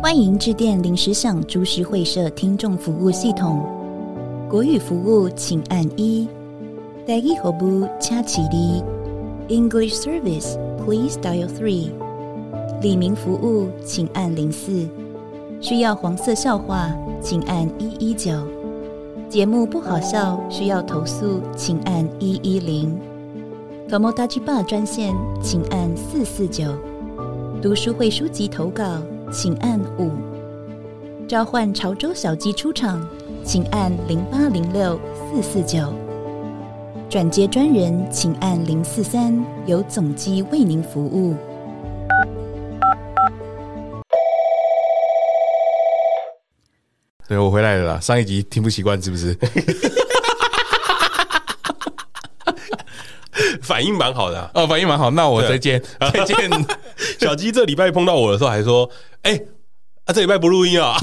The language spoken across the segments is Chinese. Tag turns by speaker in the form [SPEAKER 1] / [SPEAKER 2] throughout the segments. [SPEAKER 1] 欢迎致电临时想株式会社听众服务系统，国语服务请按一，台语服务请起立，English service please dial three，李明服务请按零四，需要黄色笑话请按一一九，节目不好笑需要投诉请按一一零，Tomodachi Bar 专线请按四四九，读书会书籍投稿。请按五。召唤潮州小鸡出场，请按零八零六四四九。转接专人，请按零四三，由总机为您服务。
[SPEAKER 2] 对我回来了啦，上一集听不习惯是不是？
[SPEAKER 3] 反应蛮好的啊、
[SPEAKER 2] 哦，反应蛮好，那我再 见，再见。
[SPEAKER 3] 小鸡这礼拜碰到我的时候还说：“哎、啊，这礼拜不录音啊。”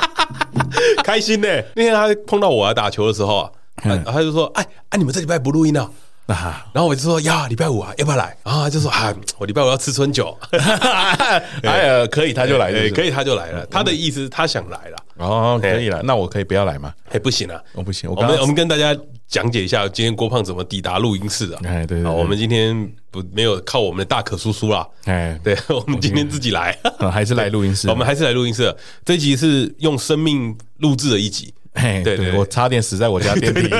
[SPEAKER 3] 开心呢、那天他碰到我啊打球的时候啊，啊
[SPEAKER 2] 嗯
[SPEAKER 3] 他就说：“哎啊，你们这礼拜不录音啊
[SPEAKER 2] 啊？”
[SPEAKER 3] 然后我就说：“呀，礼拜五啊，要不要来？”然后他就说：“啊，我礼拜五要吃春 酒。
[SPEAKER 2] 哎呀，可以，他就来，
[SPEAKER 3] 哎
[SPEAKER 2] 对，
[SPEAKER 3] 可以，他就来了。他的意思是他想来了，
[SPEAKER 2] 哦，可以了，那我可以不要来吗？
[SPEAKER 3] 哎、不行啊，
[SPEAKER 2] 我不行，我
[SPEAKER 3] 我
[SPEAKER 2] 刚
[SPEAKER 3] 们
[SPEAKER 2] 刚
[SPEAKER 3] 我们跟大家讲解一下今天郭胖怎么抵达录音室啊。
[SPEAKER 2] 哎，对对，
[SPEAKER 3] 啊，
[SPEAKER 2] 对
[SPEAKER 3] 我们今天不没有靠我们的大可叔叔啦，
[SPEAKER 2] 哎，
[SPEAKER 3] 对我们今天自己来。
[SPEAKER 2] 嗯 还是来录音室，
[SPEAKER 3] 我们还是来录音室。这一集是用生命录制的一集，
[SPEAKER 2] 哎，对
[SPEAKER 3] 对对
[SPEAKER 2] 对，
[SPEAKER 3] 对
[SPEAKER 2] 我差点死在我家 电梯里。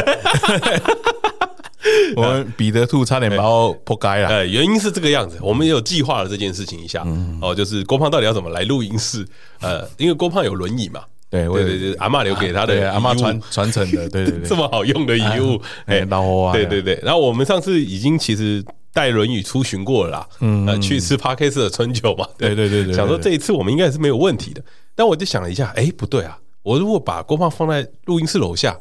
[SPEAKER 2] 我们彼得兔差点把我破街了，
[SPEAKER 3] 呃，原因是这个样子，我们也有计划了这件事情一下，
[SPEAKER 2] 嗯
[SPEAKER 3] 哦，就是郭胖到底要怎么来录音室？呃，因为郭胖有轮椅嘛，
[SPEAKER 2] 对我
[SPEAKER 3] 对
[SPEAKER 2] 有
[SPEAKER 3] 对对，阿嬷留给他
[SPEAKER 2] 对，
[SPEAKER 3] 的
[SPEAKER 2] 阿妈
[SPEAKER 3] 遗物
[SPEAKER 2] 传传承的，对对对，
[SPEAKER 3] 这么好用的遗物，
[SPEAKER 2] 哎老虎啊
[SPEAKER 3] 对对对。然后我们上次已经其实带轮椅出巡过了啦，嗯，呃，去吃 p a r k e s 的春酒嘛，
[SPEAKER 2] 对对对对对
[SPEAKER 3] 想说
[SPEAKER 2] 对
[SPEAKER 3] 这一次我们应该是没有问题的，但我就想了一下，哎，不对啊，我如果把郭胖放在录音室楼下，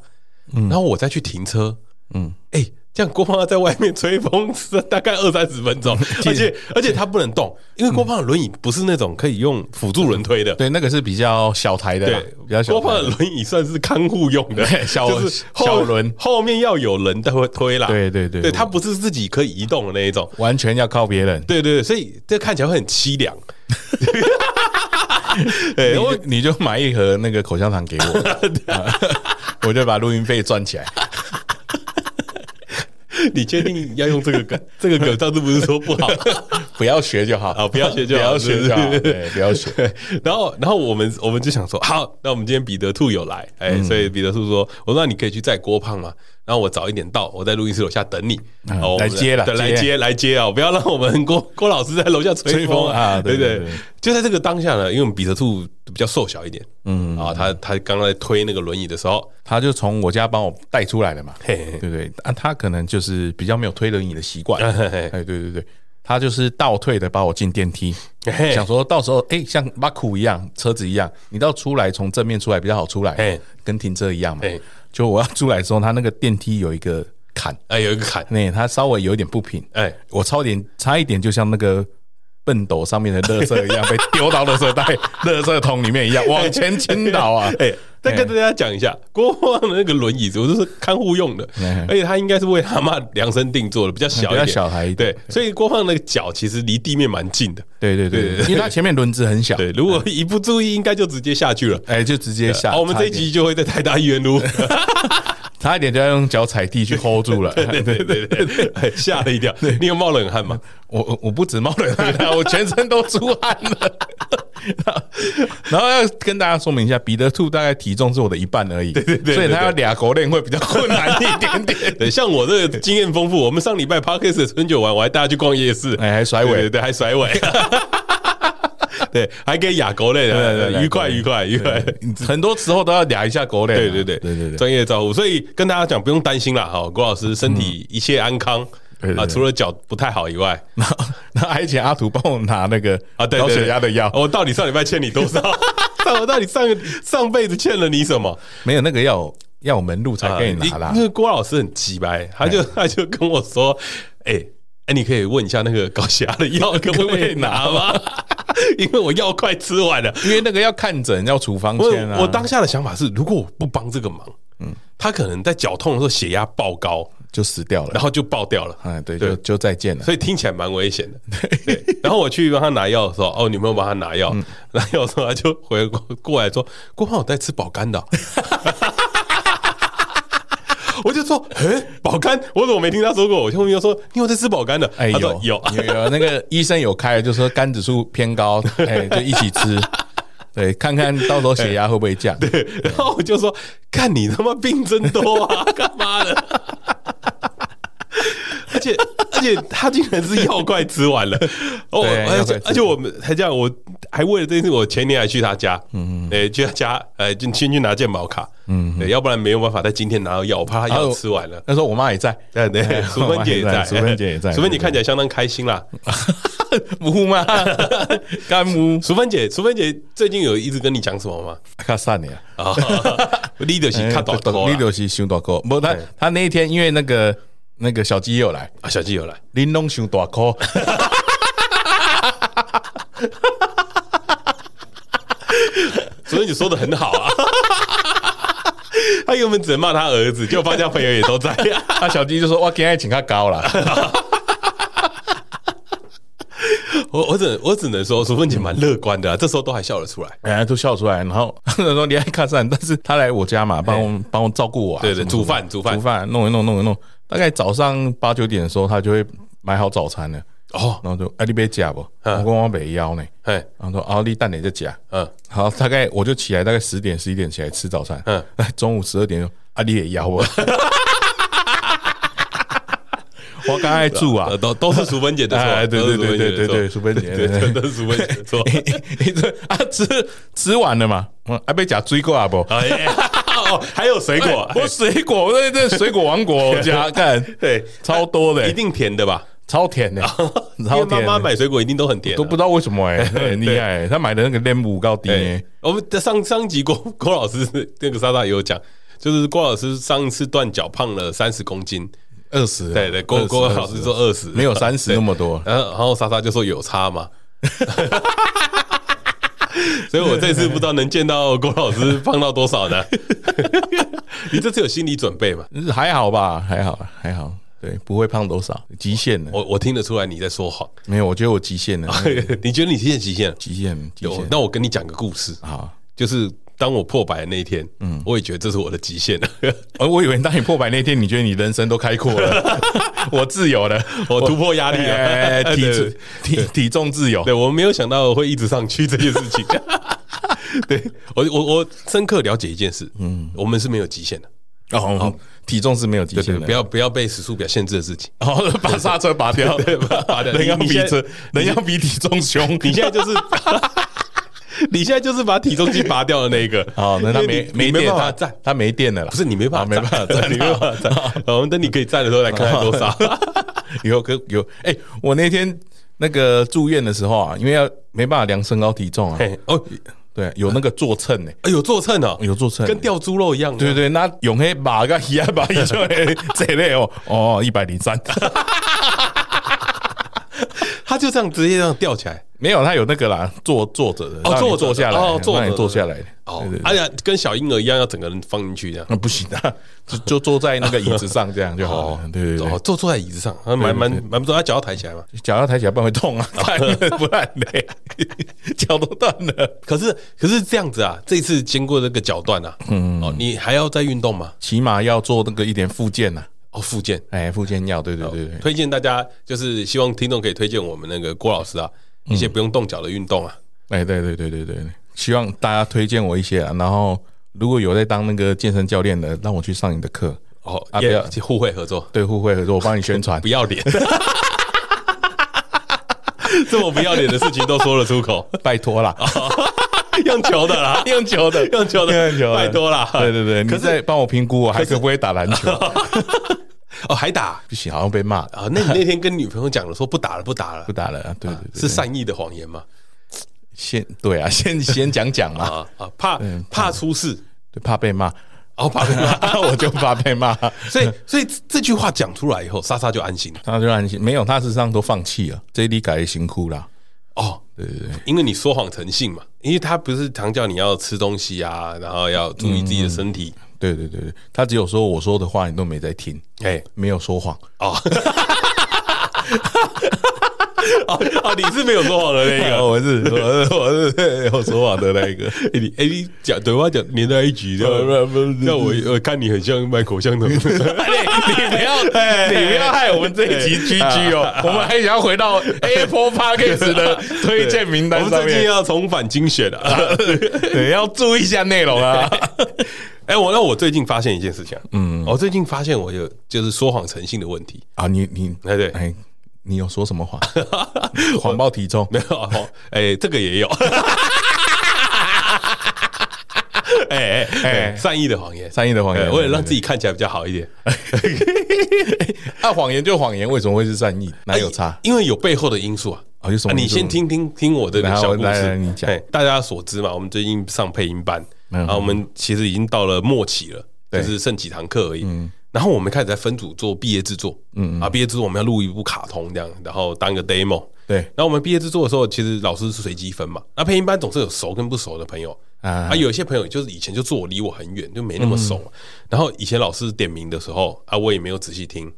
[SPEAKER 2] 嗯
[SPEAKER 3] 然后我再去停车，嗯，哎。这样郭胖要在外面吹风， 大概二三十 分钟，而且而且他不能动，因为郭胖的轮椅不是那种可以用辅助轮推的，
[SPEAKER 2] 对，那个是比较小台的啦，比较小
[SPEAKER 3] 郭胖
[SPEAKER 2] 台
[SPEAKER 3] 的
[SPEAKER 2] 的。
[SPEAKER 3] 轮椅算是看护用的，
[SPEAKER 2] 对 小
[SPEAKER 3] 就是后
[SPEAKER 2] 小轮
[SPEAKER 3] 后面要有人才会推啦。
[SPEAKER 2] 对对对对
[SPEAKER 3] 对它不是自己可以移动的那一种。
[SPEAKER 2] 完全要靠别人，
[SPEAKER 3] 对对对，所以这看起来会很 凄凉。 对，我
[SPEAKER 2] 你你就买一盒那个口香糖给 我，啊我就把录音费赚起来。
[SPEAKER 3] 你确定要用这个梗？这个梗上次不是说不 好？
[SPEAKER 2] 不要学就好
[SPEAKER 3] 啊不要学就好
[SPEAKER 2] 不要学就好，
[SPEAKER 3] 是不是
[SPEAKER 2] 对，不要学。
[SPEAKER 3] 对，然后然后我们我们就想说，好，那我们今天彼得兔有来，哎、
[SPEAKER 2] 嗯
[SPEAKER 3] 所以彼得兔说，我说那你可以去载郭胖嘛，然后我早一点到，我在录音室楼下等你，
[SPEAKER 2] 嗯
[SPEAKER 3] 哦，我
[SPEAKER 2] 来
[SPEAKER 3] 们
[SPEAKER 2] 接啦
[SPEAKER 3] 对，
[SPEAKER 2] 接
[SPEAKER 3] 来接来接啊，不要让我们郭郭老师在楼下吹
[SPEAKER 2] 吹风啊
[SPEAKER 3] 对
[SPEAKER 2] 对
[SPEAKER 3] 对
[SPEAKER 2] 对对
[SPEAKER 3] 就在这个当下呢，因为我们彼得兔比较瘦小一点，嗯啊，他他刚刚在推那个轮椅的时候，
[SPEAKER 2] 他就从我家帮我带出来了嘛，
[SPEAKER 3] 嘿
[SPEAKER 2] 对
[SPEAKER 3] 嘿
[SPEAKER 2] 不对？啊，他可能就是比较没有推轮椅的习 惯，
[SPEAKER 3] 嘿嘿
[SPEAKER 2] 哎，对对对，他就是倒退的把我进电梯
[SPEAKER 3] 嘿嘿，
[SPEAKER 2] 想说到时候哎，像马库一样，车子一样，你到出来从正面出来比较好出来
[SPEAKER 3] 嘿，
[SPEAKER 2] 跟停车一样嘛
[SPEAKER 3] 嘿。
[SPEAKER 2] 就我要出来的时候，他那个电梯有一个坎，
[SPEAKER 3] 哎，有一个坎，
[SPEAKER 2] 那他稍微有一点不平，
[SPEAKER 3] 哎，
[SPEAKER 2] 我差点差一点就像那个笨斗上面的垃圾一样，被丢到垃圾袋、垃圾桶里面一样，往前倾倒啊！
[SPEAKER 3] 哎、再跟大家讲一下，郭胖的那个轮椅子，我就是看护用的
[SPEAKER 2] 嗯，
[SPEAKER 3] 而且他应该是为他妈量身定做的，比较小一点，
[SPEAKER 2] 哎比较小孩一点
[SPEAKER 3] 对，所以郭胖那个脚其实离地面蛮近的。
[SPEAKER 2] 对对
[SPEAKER 3] 对
[SPEAKER 2] 对
[SPEAKER 3] 对，
[SPEAKER 2] 因为它前面轮子很小，
[SPEAKER 3] 对，如果一不注意，应该就直接下去了。
[SPEAKER 2] 哎，就直接哎下。
[SPEAKER 3] 好，我们这一集就会在台大医 院录，
[SPEAKER 2] 差一点就要用脚踩地去 hold 住了。
[SPEAKER 3] 对对对对对，吓了一跳。你有冒冷汗吗？
[SPEAKER 2] 我我我不止冒冷汗啊，我全身都出汗了。 然后要跟大家说明一下，彼得兔大概体重是我的一半而已，对对
[SPEAKER 3] 对
[SPEAKER 2] 所以
[SPEAKER 3] 对
[SPEAKER 2] 他要俩狗练会比较困难一点点。
[SPEAKER 3] 对，像我这个经验丰富，我们上礼拜 Parkes 的春酒完，我还带他去逛夜市，
[SPEAKER 2] 哎还甩尾
[SPEAKER 3] 对对对，还 甩尾， 对，还给雅狗类
[SPEAKER 2] 对对
[SPEAKER 3] 的，
[SPEAKER 2] 对
[SPEAKER 3] 愉快愉快愉快。
[SPEAKER 2] 很多时候都要俩一下狗脸啊、
[SPEAKER 3] 对对对
[SPEAKER 2] 对对对，
[SPEAKER 3] 专业照顾，所以跟大家讲不用担心啦，哈，郭老师身体一切安康
[SPEAKER 2] 嗯对对
[SPEAKER 3] 啊，
[SPEAKER 2] 对
[SPEAKER 3] 除了脚不太好以外
[SPEAKER 2] 然后然后还请阿土帮我拿那个
[SPEAKER 3] 啊，对
[SPEAKER 2] 高
[SPEAKER 3] 对
[SPEAKER 2] 血压的药，
[SPEAKER 3] 我到底上礼拜欠你多 少？上我到底上上辈子欠了你什么？
[SPEAKER 2] 没有那个药要我门路才可以拿啦哎
[SPEAKER 3] 啊因。为郭老师很急白，他就 他就跟我说，哎、哎、你可以问一下那个高血压的药可不 可以拿吗？ 因为我药快吃完了。
[SPEAKER 2] 因为那个要看诊，要处方
[SPEAKER 3] 我
[SPEAKER 2] 签啊。
[SPEAKER 3] 我当下的想法是，如果我不帮这个忙，嗯，他可能在绞痛的时候血压爆高，
[SPEAKER 2] 就死掉了。
[SPEAKER 3] 然
[SPEAKER 2] 后，
[SPEAKER 3] 后就爆掉了。
[SPEAKER 2] 哎，对，
[SPEAKER 3] 对
[SPEAKER 2] 就就再见了。
[SPEAKER 3] 所以听起来蛮危险的。对，然后我去帮他拿药的时候，哦，女朋友帮他拿药，拿药的时候他就回过过来说：“郭胖，我在吃保肝的哦、 我就说：“哎、保肝，我怎么没听他说过？”我就后面又说：“你有在吃保肝的？”
[SPEAKER 2] 哎，
[SPEAKER 3] 他说
[SPEAKER 2] 有：“
[SPEAKER 3] 啊有。
[SPEAKER 2] 有有，那个医生有开，就说肝指数偏 高，哎，就一起吃，对，看看到时候血压会不会降。对，”
[SPEAKER 3] 然后我就说：“看你他妈病真多啊，干嘛的？”而且而且他竟然是药块吃完了，哦，
[SPEAKER 2] 对
[SPEAKER 3] 而
[SPEAKER 2] 药块
[SPEAKER 3] 且
[SPEAKER 2] 吃
[SPEAKER 3] 而且我们还这样，我还为了这件事，我前年还去他家，嗯嗯，去他家，呃，就先去拿健保卡，嗯，对，要不然没有办法在今天拿到药，我怕他
[SPEAKER 2] 然
[SPEAKER 3] 药
[SPEAKER 2] 后
[SPEAKER 3] 吃完了。
[SPEAKER 2] 那时候我妈也在，
[SPEAKER 3] 对对，
[SPEAKER 2] 哎
[SPEAKER 3] 淑芬姐也在，
[SPEAKER 2] 淑芬姐也在
[SPEAKER 3] 淑芬姐看起来相当开心啦。
[SPEAKER 2] 母 妈干母，
[SPEAKER 3] 淑芬姐，淑芬姐最近有一直跟你讲什么吗？
[SPEAKER 2] 卡散你啊。
[SPEAKER 3] 啊，leader 是看到头
[SPEAKER 2] 你哎
[SPEAKER 3] 啦，
[SPEAKER 2] 就是想大颗。不，他
[SPEAKER 3] 对
[SPEAKER 2] 他那一天因为那个那个小鸡也有来，
[SPEAKER 3] 啊，小鸡有来，
[SPEAKER 2] 玲珑想大 颗。
[SPEAKER 3] 淑芬姐说的很好啊。 他原本只能骂他儿子，结果发现他朋友也都在。
[SPEAKER 2] 他小鸡就说：“我今天请他高了。
[SPEAKER 3] 我我只我只能说，淑芬姐蛮乐观的、啊，这时候都还笑得出来”。
[SPEAKER 2] 哎，都笑出来。然后 他说：“你爱看散，但是他来我家嘛，帮我帮我照顾我啊。
[SPEAKER 3] 对对
[SPEAKER 2] 什么
[SPEAKER 3] 煮饭煮饭
[SPEAKER 2] 煮饭，弄一弄，弄一弄。大概早上八九点的时候，他就会买好早餐了。
[SPEAKER 3] 哦，
[SPEAKER 2] 然后就：“哎，你别夹不？我
[SPEAKER 3] 嗯
[SPEAKER 2] 跟我北腰呢。”
[SPEAKER 3] 哎，
[SPEAKER 2] 然后说：“啊，你蛋你再夹。”
[SPEAKER 3] 嗯，
[SPEAKER 2] 好，大概我就起来，大概十点十一点起来吃早餐。嗯
[SPEAKER 3] 嗯，
[SPEAKER 2] 中午十二点，阿丽也邀我。 我刚才住啊
[SPEAKER 3] 呃，都都是淑芬姐的 错，
[SPEAKER 2] 哎对对
[SPEAKER 3] 都是
[SPEAKER 2] 对对对
[SPEAKER 3] 淑芬姐
[SPEAKER 2] 对
[SPEAKER 3] 的错
[SPEAKER 2] 对对对对
[SPEAKER 3] 对对都是淑芬姐的错。
[SPEAKER 2] 你 这啊吃吃完了嘛？嗯，还被夹追过啊不？
[SPEAKER 3] 哎哎哦，还有水果，
[SPEAKER 2] 哎我水果，我这这水果王国，我 家干
[SPEAKER 3] 对，
[SPEAKER 2] 超多的，
[SPEAKER 3] 一定甜的 吧？
[SPEAKER 2] 超甜的，
[SPEAKER 3] 因
[SPEAKER 2] 超
[SPEAKER 3] 为
[SPEAKER 2] 甜
[SPEAKER 3] 妈
[SPEAKER 2] 的。
[SPEAKER 3] 妈买水果一定都很甜啊，
[SPEAKER 2] 都不知道为什么 哎，很厉害欸。他买的那个 l 五高低欸
[SPEAKER 3] 对，我们的上上集郭郭老师那个莎莎也有讲，就是郭老师上一次断脚胖了三十公斤，
[SPEAKER 2] 二十，
[SPEAKER 3] 对对，郭
[SPEAKER 2] 20
[SPEAKER 3] 郭老师说二十，
[SPEAKER 2] 没有三十那么多。
[SPEAKER 3] 然后然后莎莎就说有差嘛。 所以我这次不知道能见到郭老师胖到多少呢？ 你这次有心理准备吗？
[SPEAKER 2] 还好吧，还好，还好，对，不会胖多少，极限了。
[SPEAKER 3] 我我听得出来你在说谎。
[SPEAKER 2] 没有，我觉得我极限 了，
[SPEAKER 3] 你觉得你现在极限了？
[SPEAKER 2] 嗯极限，极
[SPEAKER 3] 哎有
[SPEAKER 2] 限。
[SPEAKER 3] 那我跟你讲个故事，
[SPEAKER 2] 好，
[SPEAKER 3] 就是当我破百的那一天，嗯，我也觉得这是我的极限了，
[SPEAKER 2] 而哦我以为当你破百那天，你觉得你人生都开阔 了，我自由了，
[SPEAKER 3] 我突破压力
[SPEAKER 2] 哎
[SPEAKER 3] 了，
[SPEAKER 2] 体
[SPEAKER 3] 对
[SPEAKER 2] 重体体重自由
[SPEAKER 3] 对，我没有想到会一直上去这件事情。 对我我我深刻了解一件事，嗯，我们是没有极限的，
[SPEAKER 2] 哦，体重是没有极
[SPEAKER 3] 对对，
[SPEAKER 2] 限的，
[SPEAKER 3] 不要不要被时速表限制了自己。
[SPEAKER 2] 哦，把刹车拔掉，
[SPEAKER 3] 对把拔掉
[SPEAKER 2] 人要
[SPEAKER 3] 你
[SPEAKER 2] 比
[SPEAKER 3] 你现在
[SPEAKER 2] 车，人要比体重凶，
[SPEAKER 3] 你现在就是， 你现在就是把体重机拔掉的那一个。
[SPEAKER 2] 哦，那他
[SPEAKER 3] 因
[SPEAKER 2] 没
[SPEAKER 3] 为你
[SPEAKER 2] 没
[SPEAKER 3] 你没
[SPEAKER 2] 电，
[SPEAKER 3] 办法
[SPEAKER 2] 他
[SPEAKER 3] 站，
[SPEAKER 2] 他没电了啦，
[SPEAKER 3] 不是你没办法
[SPEAKER 2] 啊没办法站 哦
[SPEAKER 3] 站，你没办法站。好我们等你可以站的时候来看看多少。
[SPEAKER 2] 有个有，哎、我那天那个住院的时候啊，因为要没办法量身高体重啊，
[SPEAKER 3] 嘿哦，
[SPEAKER 2] 对，有那个坐秤呢、
[SPEAKER 3] 哎有坐秤哦，
[SPEAKER 2] 有坐秤
[SPEAKER 3] 跟吊猪肉一样。哦
[SPEAKER 2] 对，对，那用黑马个鱼啊马一出来，这类 哦，哦，一百零三，
[SPEAKER 3] 他就这样直接这样吊起来。
[SPEAKER 2] 没有，他有那个啦，坐坐着的，
[SPEAKER 3] 哦
[SPEAKER 2] 让你
[SPEAKER 3] 坐着
[SPEAKER 2] 坐
[SPEAKER 3] 的
[SPEAKER 2] 下来，
[SPEAKER 3] 哦坐着的
[SPEAKER 2] 让你坐下来，
[SPEAKER 3] 哦
[SPEAKER 2] 对对，对
[SPEAKER 3] 哎呀，跟小婴儿一样，要整个人放进去这样。
[SPEAKER 2] 那 不行啊，就就坐在那个椅子上这样就好了，啊对对对
[SPEAKER 3] 哦，，坐坐在椅子上，啊蛮蛮
[SPEAKER 2] 对对
[SPEAKER 3] 蛮不错。他脚要抬起来嘛。
[SPEAKER 2] 脚要抬起来，不然会痛啊， 不然嘞， 脚都断了。
[SPEAKER 3] 可是可是这样子啊，这次经过这个脚断啊，嗯，哦，你还要再运动吗？
[SPEAKER 2] 起码要做那个一点复健呐、
[SPEAKER 3] 哦，复健。
[SPEAKER 2] 哎，复健药，对对对对，
[SPEAKER 3] 推荐大家就是希望听众可以推荐我们那个郭老师啊，
[SPEAKER 2] 嗯
[SPEAKER 3] 一些不用动脚的运动啊。
[SPEAKER 2] 哎，对对对对对，对希望大家推荐我一些啊。然后，如果有在当那个健身教练的，让我去上你的课，
[SPEAKER 3] 哦
[SPEAKER 2] 啊，
[SPEAKER 3] 也
[SPEAKER 2] 不要
[SPEAKER 3] 互惠合作，
[SPEAKER 2] 对互惠合作，我帮你宣传
[SPEAKER 3] 不。要脸， 这么不要脸的事情都说了出 口，
[SPEAKER 2] 拜托啦，
[SPEAKER 3] 用球的啦，
[SPEAKER 2] 用球的，
[SPEAKER 3] 用球的，
[SPEAKER 2] 用球的
[SPEAKER 3] 拜托啦。
[SPEAKER 2] 对对对，你
[SPEAKER 3] 可是
[SPEAKER 2] 再帮我评估我哦还可不可以打篮 球？
[SPEAKER 3] 哦，还打
[SPEAKER 2] 不行，好像被骂了，
[SPEAKER 3] 啊？那你那天跟女朋友讲了，说不打了，不打了
[SPEAKER 2] 不，打了。啊对对对，
[SPEAKER 3] 是善意的谎言嘛？
[SPEAKER 2] 先对啊， 先先讲讲嘛，
[SPEAKER 3] 啊啊，怕怕出事，
[SPEAKER 2] 对怕被 骂，啊
[SPEAKER 3] 哦，怕被骂。
[SPEAKER 2] 我就怕被骂，
[SPEAKER 3] 所以，所以这句话讲出来以后，莎莎就安心了。
[SPEAKER 2] 他就安心。没有，他事实上都放弃了，这一改辛苦啦。
[SPEAKER 3] 哦，对对对，因为你
[SPEAKER 2] 嗯
[SPEAKER 3] 说谎成性嘛，因为他不是常叫你要吃东西啊，然后要注意自己的身体，
[SPEAKER 2] 对对对对，他只有说我说的话你都没在听，
[SPEAKER 3] 哎，
[SPEAKER 2] 没有说谎。
[SPEAKER 3] 哦，哦哦，你是没有说谎的 那个，
[SPEAKER 2] 哦我是我是我是没有说谎的那一个。
[SPEAKER 3] 哎你哎你讲对话讲连在一起，这样那我我看你很像卖口 香糖，
[SPEAKER 2] 哎你不要，你不要害我们这一集 GG 哦，我们还想要回 到 Apple Podcast 的推荐名
[SPEAKER 3] 我
[SPEAKER 2] 单
[SPEAKER 3] 们
[SPEAKER 2] 上
[SPEAKER 3] 最近
[SPEAKER 2] 面，
[SPEAKER 3] 要重返精选啊 了。
[SPEAKER 2] 对，要注意一下内容啊。
[SPEAKER 3] 哎，我那我最近发现一件事情，嗯，我最近发现我有就是说谎成性的问题，
[SPEAKER 2] 啊，你你
[SPEAKER 3] 哎对
[SPEAKER 2] 哎，你有说什么 谎？谎报体重
[SPEAKER 3] 没有，哦哎，这个也有。 哎哎哎，善意的谎言，
[SPEAKER 2] 善意的谎言
[SPEAKER 3] 哎为了让自己看起来比较好一点，
[SPEAKER 2] 啊，谎言就谎言，为什么会是善意？哪有差？
[SPEAKER 3] 因为有背后的因素啊。
[SPEAKER 2] 啊，有什
[SPEAKER 3] 啊
[SPEAKER 2] 么？
[SPEAKER 3] 你先。听听听我的
[SPEAKER 2] 来
[SPEAKER 3] 小故事，
[SPEAKER 2] 来来你讲
[SPEAKER 3] 哎大家所知嘛，我们最近上配音班，
[SPEAKER 2] 嗯
[SPEAKER 3] 然后我们其实已经到了末期了，
[SPEAKER 2] 对嗯
[SPEAKER 3] 就是剩几堂课而已。然后我们开始在分组做毕业制作，嗯啊，毕业制作我们要录一部卡通这样，然后当个 demo。
[SPEAKER 2] 对
[SPEAKER 3] 然后我们毕业制作的时候，其实老师是随机分嘛，那配音班总是有熟跟不熟的朋友。
[SPEAKER 2] 啊嗯
[SPEAKER 3] 啊，有一些朋友就是以前就坐我离我很远，就没那么熟嘛。然后以前老师点名的时候啊，我也没有仔 细听，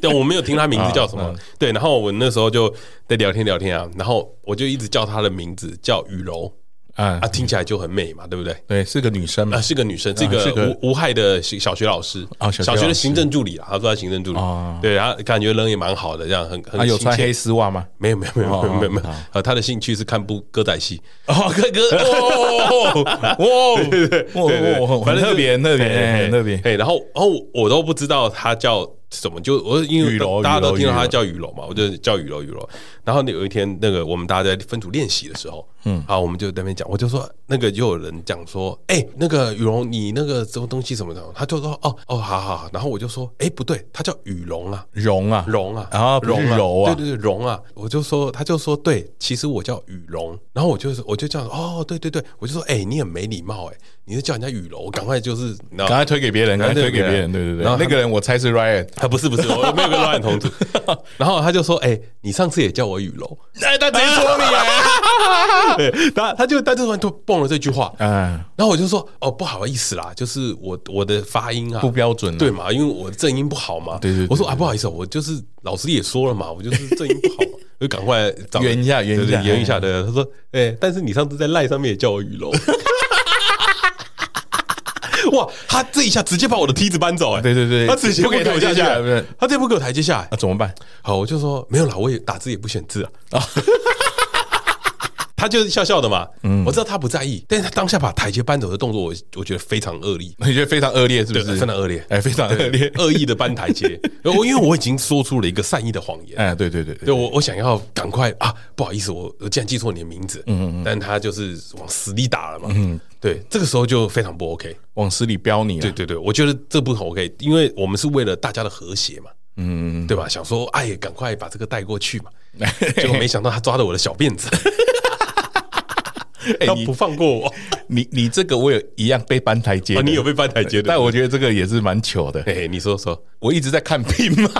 [SPEAKER 3] 对，我没有听他名字叫什
[SPEAKER 2] 啊
[SPEAKER 3] 么。对，然后我那时候就在聊天聊天啊，然后我就一直叫她的名字叫雨柔
[SPEAKER 2] 啊
[SPEAKER 3] 啊，，听起来就很美嘛，对不对？
[SPEAKER 2] 对，是个女生嘛
[SPEAKER 3] 啊，，是个女生，是
[SPEAKER 2] 啊是个
[SPEAKER 3] 个无无害的小小学老师
[SPEAKER 2] 啊小学
[SPEAKER 3] 小
[SPEAKER 2] 老
[SPEAKER 3] 学
[SPEAKER 2] 师
[SPEAKER 3] 的行政助理啊，他说他行政助理
[SPEAKER 2] 哦，
[SPEAKER 3] 对，然后感觉人也蛮好的，这样很很
[SPEAKER 2] 啊，有穿
[SPEAKER 3] 亲切
[SPEAKER 2] 黑丝袜吗？
[SPEAKER 3] 没有没有没有没有没有没有
[SPEAKER 2] 哦好，
[SPEAKER 3] 呃，他的兴趣是看部歌仔戏，
[SPEAKER 2] 哦，哥 哥，哦，哇，对对哇，很特别，很特别，很特别。
[SPEAKER 3] 哎，然后然后我都不知道他叫什么，就我因
[SPEAKER 2] 雨
[SPEAKER 3] 为
[SPEAKER 2] 柔
[SPEAKER 3] 大家都听到
[SPEAKER 2] 雨柔
[SPEAKER 3] 他叫雨柔嘛，我就叫雨柔雨柔。然后有一天，那个我们大家在分组练习的时候，嗯，啊，我们就在那边讲，我就说那个就有人讲说，哎，那个雨柔，你那个什么东西什么的，他就说哦哦，好好好。然后我就说，哎，不对，他叫雨龙啊。
[SPEAKER 2] 容啊，
[SPEAKER 3] 荣啊，
[SPEAKER 2] 啊不是柔啊
[SPEAKER 3] 对对对，荣啊，我就说，他就说，对，其实我叫雨荣，然后我就是，我就这样，哦，对对对，我就说，哎、你很没礼貌、哎，你是叫人家雨柔，我赶快就是，你知道
[SPEAKER 2] 赶快推给别人，赶快推给别人，啊对对对。然后那个人我猜是 Ryan，
[SPEAKER 3] 啊，不是不是，我没有跟老 板同组，然后他就说，哎、你上次也叫我雨柔，
[SPEAKER 2] 哎，他直接说你 啊，
[SPEAKER 3] 对， 他他就他就突然就蹦了这句话，
[SPEAKER 2] 嗯，
[SPEAKER 3] 然后我就说，哦，不好意思啦，就是我我的发音啊
[SPEAKER 2] 不标准，
[SPEAKER 3] 对，嘛，因为我正音不好嘛。
[SPEAKER 2] 对对对
[SPEAKER 3] 我说啊，不好意思，我就是老师也说了嘛，我就是正音不好嘛，我就赶快找
[SPEAKER 2] 圆一下圆一下嗯
[SPEAKER 3] 对对圆一下的。他说，哎、但是你上次在赖上面也叫我雨楼。 哇！他这一下直接把我的梯子搬走、哎，
[SPEAKER 2] 对对对
[SPEAKER 3] 他直接
[SPEAKER 2] 不给
[SPEAKER 3] 给我
[SPEAKER 2] 台阶
[SPEAKER 3] 下去
[SPEAKER 2] 下对
[SPEAKER 3] 他直接不给我台阶下、哎
[SPEAKER 2] 那怎么办？
[SPEAKER 3] 好，我就说没有啦，我也打字也不选字啊。 他就是笑笑的嘛，我知道他不在意，但是他当下把台阶搬走的动作我，我觉得非常恶 劣，
[SPEAKER 2] 你觉得非常恶劣是不
[SPEAKER 3] 对，
[SPEAKER 2] 是？
[SPEAKER 3] 非常恶劣，
[SPEAKER 2] 哎，非常恶 劣，
[SPEAKER 3] 恶意的搬台阶。我因为我已经说出了一个善意的谎言，
[SPEAKER 2] 哎，对对对
[SPEAKER 3] 对
[SPEAKER 2] 对，
[SPEAKER 3] 我我想要赶快啊，不好意思，我我竟然记错你的名字，嗯嗯，但他就是往死里打了嘛，嗯，对，这个时候就非常不 OK，
[SPEAKER 2] 往死里标你，啊
[SPEAKER 3] 对，对对，我觉得这不很 OK，因为我们是为了大家的和谐嘛，
[SPEAKER 2] 嗯，
[SPEAKER 3] 对吧？想说哎，赶快把这个带 过去嘛，结果没想到他抓着我的小辫子，他
[SPEAKER 2] 哎你
[SPEAKER 3] 不放过我，
[SPEAKER 2] 你你这个我有一样被搬台阶
[SPEAKER 3] 啊，，你有被搬台阶
[SPEAKER 2] 哎
[SPEAKER 3] 的，
[SPEAKER 2] 但我觉得这个也是蛮糗的，
[SPEAKER 3] 哎，你说说，
[SPEAKER 2] 我一直在看病嘛，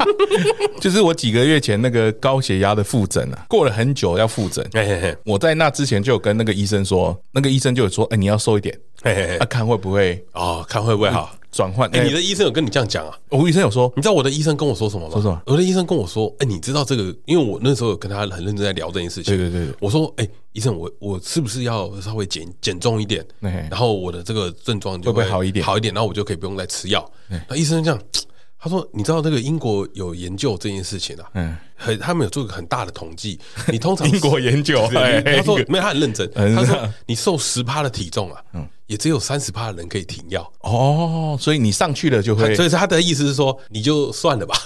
[SPEAKER 2] 就是我几个月前那个高血压的复诊啊，过了很久要复诊。
[SPEAKER 3] 嘿嘿嘿
[SPEAKER 2] 我在那之前就有跟那个医生说，那个医生就有说，哎、你要瘦一点，
[SPEAKER 3] 嘿嘿
[SPEAKER 2] 啊，
[SPEAKER 3] 嘿，
[SPEAKER 2] 看会不会
[SPEAKER 3] 哦，看会不会好？
[SPEAKER 2] 转换。
[SPEAKER 3] 哎哎，你
[SPEAKER 2] 哎
[SPEAKER 3] 的医生有跟你这样讲啊？
[SPEAKER 2] 吴医生有说，
[SPEAKER 3] 你知道我的医生跟我说什么吗？
[SPEAKER 2] 说什么
[SPEAKER 3] 我的医生跟我说：“哎、你知道这个？因为我那时候有跟他很认真在聊这件事情。
[SPEAKER 2] 对对对对
[SPEAKER 3] 我说：哎、医生，我我是不是要稍微减减重一点？
[SPEAKER 2] 哎
[SPEAKER 3] 然后我的这个症状就
[SPEAKER 2] 会不会好一点
[SPEAKER 3] 好一点，然后我就可以不用再吃药。那医生这样，他说：你知道这个英国有研究这件事情啊？
[SPEAKER 2] 嗯
[SPEAKER 3] 嗯，很他们有做一个很大的统计，你通 常
[SPEAKER 2] 英国研究，
[SPEAKER 3] 对对
[SPEAKER 2] 哎
[SPEAKER 3] 他说
[SPEAKER 2] 英国
[SPEAKER 3] 没有，他很认真。
[SPEAKER 2] 嗯
[SPEAKER 3] 他说你瘦十趴的体重啊，也只有三十趴的人可以停药。
[SPEAKER 2] 哦，所以你上去了就
[SPEAKER 3] 他
[SPEAKER 2] 会
[SPEAKER 3] 所以他的意思是说，你就算了吧。”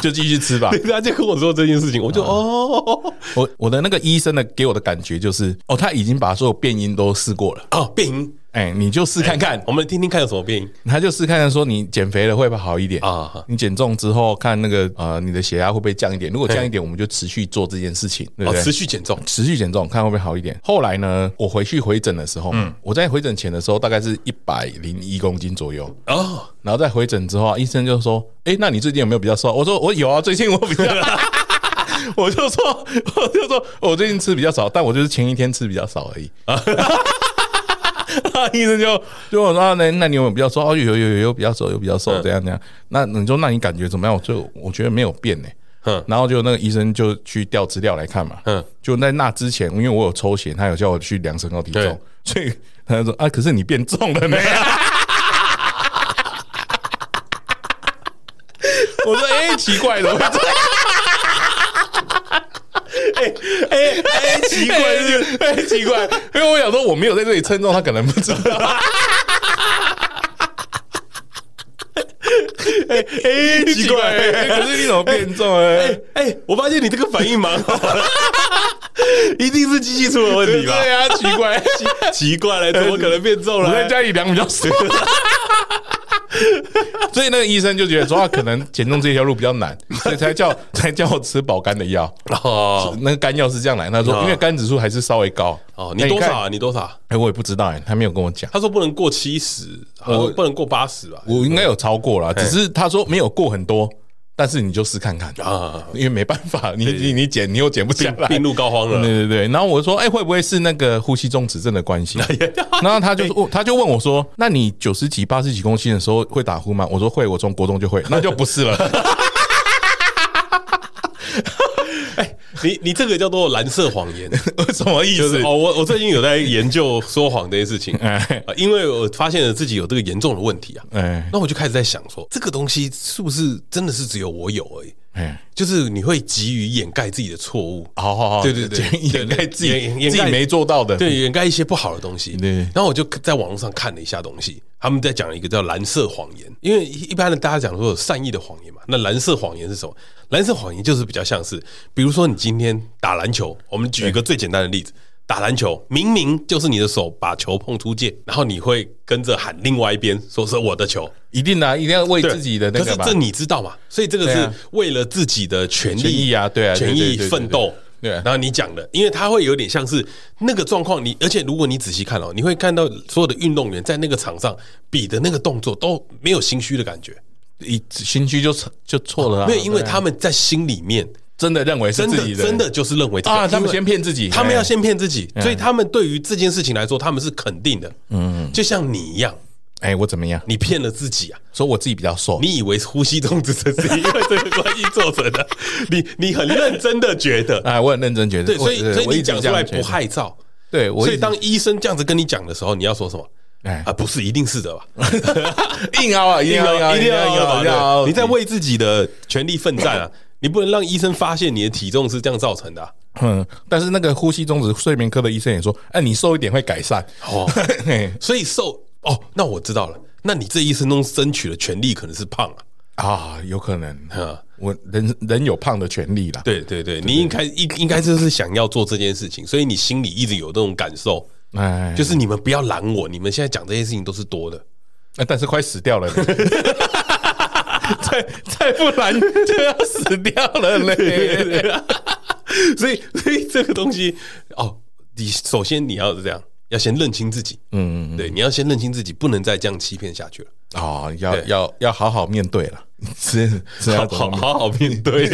[SPEAKER 2] 就继续吃吧。
[SPEAKER 3] 对，他就跟我说这件事情，我就哦
[SPEAKER 2] 我我的那个医生的给我的感觉就是，哦，他已经把所有变音都试过了，
[SPEAKER 3] 哦，变音，
[SPEAKER 2] 哎、你就试看看，
[SPEAKER 3] 我们听听看有什么变音
[SPEAKER 2] 他就试看看说你减肥了会不会好一点
[SPEAKER 3] 啊
[SPEAKER 2] 你减重之后看那个呃你的血压会不会降一点？如果降一点，我们就持续做这件事情，对不
[SPEAKER 3] 哦，
[SPEAKER 2] 对？
[SPEAKER 3] 持续减重
[SPEAKER 2] 持续减重，看会不会好一点。后来呢，我回去回诊的时候，
[SPEAKER 3] 嗯
[SPEAKER 2] 我在回诊前的时候大概是一百零一公斤左右，
[SPEAKER 3] 哦，
[SPEAKER 2] 然后在回诊之后啊，医生就说：“哎、那你最近有没有比较瘦？”我说：“我有啊，最近我 比较。” 我就说， 我就说，我最近吃比较少，但我就是前一天吃比较少而已。医生就就问我说啊，那那你有没有比较瘦？哦，有有有有比较瘦，有比较瘦，
[SPEAKER 3] 嗯
[SPEAKER 2] 这样这样。那你说那你感觉怎么样？我就我觉得没有变呢、
[SPEAKER 3] 嗯
[SPEAKER 2] 然后就那个医生就去调资料来看嘛，
[SPEAKER 3] 嗯，
[SPEAKER 2] 就在那之前，因为我有抽血，他有叫我去量身高体重所
[SPEAKER 3] 对，
[SPEAKER 2] 以他就说啊，可是你变重了 呢。我说哎、奇怪的，我说
[SPEAKER 3] 哎 哎，奇怪，哎奇怪，
[SPEAKER 2] 因为我想说我没有在这里称重，他可能不知道。
[SPEAKER 3] 哎奇怪，哎
[SPEAKER 2] 可是你怎么变重了？
[SPEAKER 3] 哎哎，我发现你这个反应蛮好的， 一定是机器出了问题吧？
[SPEAKER 2] 对啊，奇怪，
[SPEAKER 3] 奇怪了，怎么可能变重
[SPEAKER 2] 我
[SPEAKER 3] 了？
[SPEAKER 2] 在家里量比较 少。所以那个医生就觉得说，啊可能减重这条路比较 难，所以才叫才叫我吃保肝的药。
[SPEAKER 3] 哦
[SPEAKER 2] 那个肝药是这样来，他说
[SPEAKER 3] 哦
[SPEAKER 2] 因为肝指数还是稍微高。
[SPEAKER 3] 哦，
[SPEAKER 2] 那
[SPEAKER 3] 你多
[SPEAKER 2] 看
[SPEAKER 3] 少？啊？你多少？
[SPEAKER 2] 哎，我也不知道哎，他没有跟我讲。
[SPEAKER 3] 他说不能过七十，
[SPEAKER 2] 我
[SPEAKER 3] 我不能过八十吧？
[SPEAKER 2] 我应该有超过啦，只是他说没有过很多，但是你就试看看
[SPEAKER 3] 啊，
[SPEAKER 2] 因为没办法，你你你减你又减不下
[SPEAKER 3] 病
[SPEAKER 2] 来，
[SPEAKER 3] 病入膏肓
[SPEAKER 2] 对
[SPEAKER 3] 了。
[SPEAKER 2] 对对，然后我说，哎、会不会是那个呼吸中止症的关 系？ 然后他就说他就问我说，那你九十几、八十几公斤的时候会打呼吗？我说会，我从国中就会，那就不是 了。
[SPEAKER 3] 你你这个叫做蓝色谎言，
[SPEAKER 2] 什么意
[SPEAKER 3] 就
[SPEAKER 2] 思？
[SPEAKER 3] 是哦，我我最近有在研究说谎这件事情，
[SPEAKER 2] 哎
[SPEAKER 3] 啊因为我发现了自己有这个严重的问题啊，
[SPEAKER 2] 哎
[SPEAKER 3] 那我就开始在想说，这个东西是不是真的是只有我有而已？
[SPEAKER 2] 哎，
[SPEAKER 3] 就是你会急于掩盖自己的错误，
[SPEAKER 2] 好好好，
[SPEAKER 3] 对对 对
[SPEAKER 2] 掩盖自己
[SPEAKER 3] 掩掩
[SPEAKER 2] 自
[SPEAKER 3] 盖
[SPEAKER 2] 己没做到的，
[SPEAKER 3] 对，掩盖一些不好的东西。
[SPEAKER 2] 对
[SPEAKER 3] 然后我就在网络上看了一下东西，他们在讲一个叫蓝色谎言，因为一般的大家讲说有善意的谎言嘛，那蓝色谎言是什么？蓝色谎言就是比较像是，比如说你今天打篮球，我们举一个最简单的例子。打篮球明明就是你的手把球碰出界，然后你会跟着喊另外一边说是我的球，
[SPEAKER 2] 一定的啊、一定要为
[SPEAKER 3] 对
[SPEAKER 2] 自己的那
[SPEAKER 3] 可
[SPEAKER 2] 个
[SPEAKER 3] 是
[SPEAKER 2] 吧
[SPEAKER 3] 这你知道嘛？所以这个
[SPEAKER 2] 对
[SPEAKER 3] 是
[SPEAKER 2] 啊
[SPEAKER 3] 为了自己的权利
[SPEAKER 2] 权益啊对啊对
[SPEAKER 3] 权
[SPEAKER 2] 对对
[SPEAKER 3] 益
[SPEAKER 2] 对
[SPEAKER 3] 奋斗。
[SPEAKER 2] 对啊
[SPEAKER 3] 然后你讲的，因为它会有点像是那个状况，你而且如果你仔细看哦，你会看到所有的运动员在那个场上比的那个动作都没有心虚的感觉，
[SPEAKER 2] 一心虚就就错了、啊，
[SPEAKER 3] 没有，因为
[SPEAKER 2] 对啊
[SPEAKER 3] 他们在心里面
[SPEAKER 2] 真的认为是
[SPEAKER 3] 真
[SPEAKER 2] 自己
[SPEAKER 3] 的真的就是认为这个
[SPEAKER 2] 啊，他
[SPEAKER 3] 因
[SPEAKER 2] 们
[SPEAKER 3] 为
[SPEAKER 2] 先骗自己，
[SPEAKER 3] 他们
[SPEAKER 2] 哎
[SPEAKER 3] 要先骗自己，所以他们对于这件事情来说，他们是肯定的，嗯，就像你一样，
[SPEAKER 2] 哎、我怎么样？
[SPEAKER 3] 你骗了自己啊，
[SPEAKER 2] 说我自己比较瘦，
[SPEAKER 3] 你以为呼吸中止症是因为这个关系造成的？ 你你很认真的觉得，
[SPEAKER 2] 哎，我很认真觉得，
[SPEAKER 3] 啊对，所以
[SPEAKER 2] 我
[SPEAKER 3] 所以
[SPEAKER 2] 我一
[SPEAKER 3] 你
[SPEAKER 2] 直
[SPEAKER 3] 讲
[SPEAKER 2] 这
[SPEAKER 3] 出
[SPEAKER 2] 样
[SPEAKER 3] 来
[SPEAKER 2] 觉
[SPEAKER 3] 不
[SPEAKER 2] 得，
[SPEAKER 3] 害臊。
[SPEAKER 2] 对，我一
[SPEAKER 3] 所以
[SPEAKER 2] 直
[SPEAKER 3] 当医生这样子跟你讲的时候，你要说什么？
[SPEAKER 2] 哎
[SPEAKER 3] 啊，不是，一定是的 吧？
[SPEAKER 2] 硬凹啊，
[SPEAKER 3] 一
[SPEAKER 2] 硬
[SPEAKER 3] 定
[SPEAKER 2] 凹，硬凹，
[SPEAKER 3] 要一定要
[SPEAKER 2] 硬
[SPEAKER 3] 的吧
[SPEAKER 2] 凹，硬凹
[SPEAKER 3] 对你在为自己的权利奋 战啊！你不能让医生发现你的体重是这样造成的啊。
[SPEAKER 2] 嗯，但是那个呼吸中止睡眠科的医生也说，哎、你瘦一点会改善。
[SPEAKER 3] 哦，
[SPEAKER 2] 嘿
[SPEAKER 3] 所以瘦哦，那我知道了。那你这一生中争取的权利可能是胖啊。
[SPEAKER 2] 啊，有可能，
[SPEAKER 3] 嗯
[SPEAKER 2] 我人人有胖的权利啦。
[SPEAKER 3] 对对对，你应该应应该就是想要做这件事情，所以你心里一直有这种感受。
[SPEAKER 2] 哎，、
[SPEAKER 3] 就是是你们不要拦我，你们现在讲这些事情都是 多的。
[SPEAKER 2] 哎但是快死掉了呢，再再不然就要死掉了 嘞。
[SPEAKER 3] 所以，所以这个东西哦，你首先你要是这样，要先认清自己，
[SPEAKER 2] 嗯，
[SPEAKER 3] 对，你要先认清自己，不能再这样欺骗下去了。
[SPEAKER 2] 啊、要
[SPEAKER 3] 对
[SPEAKER 2] 要要好好面对了，是是要
[SPEAKER 3] 好
[SPEAKER 2] 怎
[SPEAKER 3] 好
[SPEAKER 2] 么面
[SPEAKER 3] 好好面 对，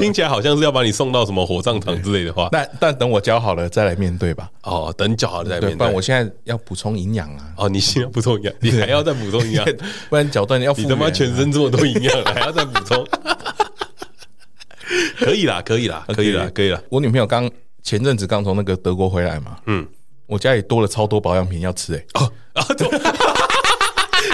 [SPEAKER 3] 听起来好像是要把你送到什么火葬场之类的话。
[SPEAKER 2] 那但等我教好了再来面对吧。
[SPEAKER 3] 哦，等脚好了再
[SPEAKER 2] 对，
[SPEAKER 3] 面
[SPEAKER 2] 不然我
[SPEAKER 3] 对。
[SPEAKER 2] 现在要补充营养啊，
[SPEAKER 3] 哦，你先要补充营养，你还要再补充营 养，
[SPEAKER 2] 不然脚断要复
[SPEAKER 3] 你
[SPEAKER 2] 原、
[SPEAKER 3] 他
[SPEAKER 2] 啊。
[SPEAKER 3] 妈全身这么多营养，还要再补充？ 可以啦，可以啦，可以啦，可以啦。
[SPEAKER 2] 我女朋友刚前阵子刚从那个德国回来嘛，
[SPEAKER 3] 嗯，
[SPEAKER 2] 我家里多了超多保养品要吃、欸，
[SPEAKER 3] 哦，啊，多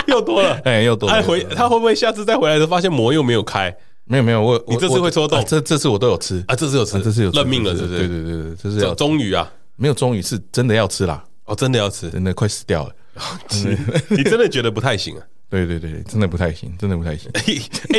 [SPEAKER 3] 又多了，
[SPEAKER 2] 哎、又多了。
[SPEAKER 3] 哎，
[SPEAKER 2] 又多
[SPEAKER 3] 回
[SPEAKER 2] 了
[SPEAKER 3] 他会不会下次再回来的时候发现膜又没有开
[SPEAKER 2] 没有没有，我
[SPEAKER 3] 你
[SPEAKER 2] 我
[SPEAKER 3] 这次
[SPEAKER 2] 我
[SPEAKER 3] 会抽动
[SPEAKER 2] 啊这这次我都有吃，
[SPEAKER 3] 啊？这次有吃，
[SPEAKER 2] 啊这次有吃
[SPEAKER 3] 认命了，
[SPEAKER 2] 这
[SPEAKER 3] 是
[SPEAKER 2] 次
[SPEAKER 3] 不
[SPEAKER 2] 对
[SPEAKER 3] 是？
[SPEAKER 2] 对对对，这是
[SPEAKER 3] 这
[SPEAKER 2] 要
[SPEAKER 3] 终于啊，
[SPEAKER 2] 没有终于是真的要吃啦，
[SPEAKER 3] 哦，真的要吃，
[SPEAKER 2] 真的快死掉了。
[SPEAKER 3] 你真的觉得不太行啊？
[SPEAKER 2] 对对对，真的不太行，真的不太行。
[SPEAKER 3] 哎、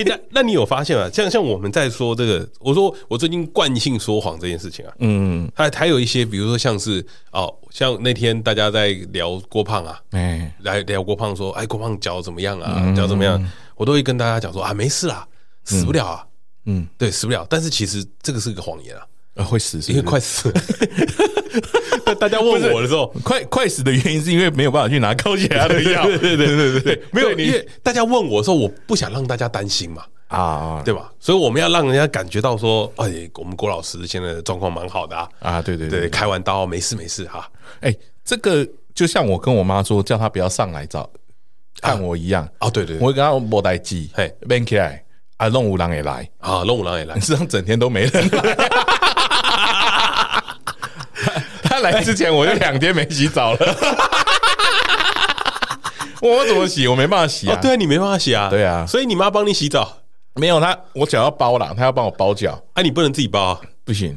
[SPEAKER 3] 那那你有发现啊？像像我们在说这个，我说我最近惯性说谎这件事情啊，
[SPEAKER 2] 嗯，
[SPEAKER 3] 还还有一些，比如说像是哦，像那天大家在聊郭胖啊，
[SPEAKER 2] 哎、
[SPEAKER 3] 来聊郭胖说，哎，郭胖脚怎么样啊？脚怎么样？我都会跟大家讲说啊，没事啦，死不了啊，
[SPEAKER 2] 嗯嗯，
[SPEAKER 3] 对，死不了。但是其实这个是个谎言啊，
[SPEAKER 2] 呃会死是
[SPEAKER 3] 因
[SPEAKER 2] 不
[SPEAKER 3] 为
[SPEAKER 2] 是，
[SPEAKER 3] 快死了。那 大家问我的时候，
[SPEAKER 2] 快快死的原因是因为没有办法去拿高血压的 药。对对对对对，
[SPEAKER 3] 没有，
[SPEAKER 2] 你
[SPEAKER 3] 因为大家问我的时候，我不想让大家担心嘛，
[SPEAKER 2] 啊
[SPEAKER 3] 对吧？所以我们要让人家感觉到说，哎，我们郭老师现在的状况蛮好的啊，
[SPEAKER 2] 啊对对
[SPEAKER 3] 对，开完刀没事没事哈。
[SPEAKER 2] 哎、这个就像我跟我妈说，叫她不要上来找看我一样，
[SPEAKER 3] 哦，对对
[SPEAKER 2] 我
[SPEAKER 3] 对，
[SPEAKER 2] 会跟她没代机，
[SPEAKER 3] 嘿
[SPEAKER 2] ，ban 起来啊，弄五郎也来，
[SPEAKER 3] 啊，龙五郎也来，
[SPEAKER 2] 这样整天都没 人来。他来之前我就两天没洗澡 了，我怎么洗？我没办法洗啊
[SPEAKER 3] 哦，。对啊，你没办法洗啊，
[SPEAKER 2] 对啊
[SPEAKER 3] 所以你妈帮你洗澡，
[SPEAKER 2] 没有他，我脚要包啦，他要帮我包脚，
[SPEAKER 3] 啊，你不能自己包啊，
[SPEAKER 2] 不行，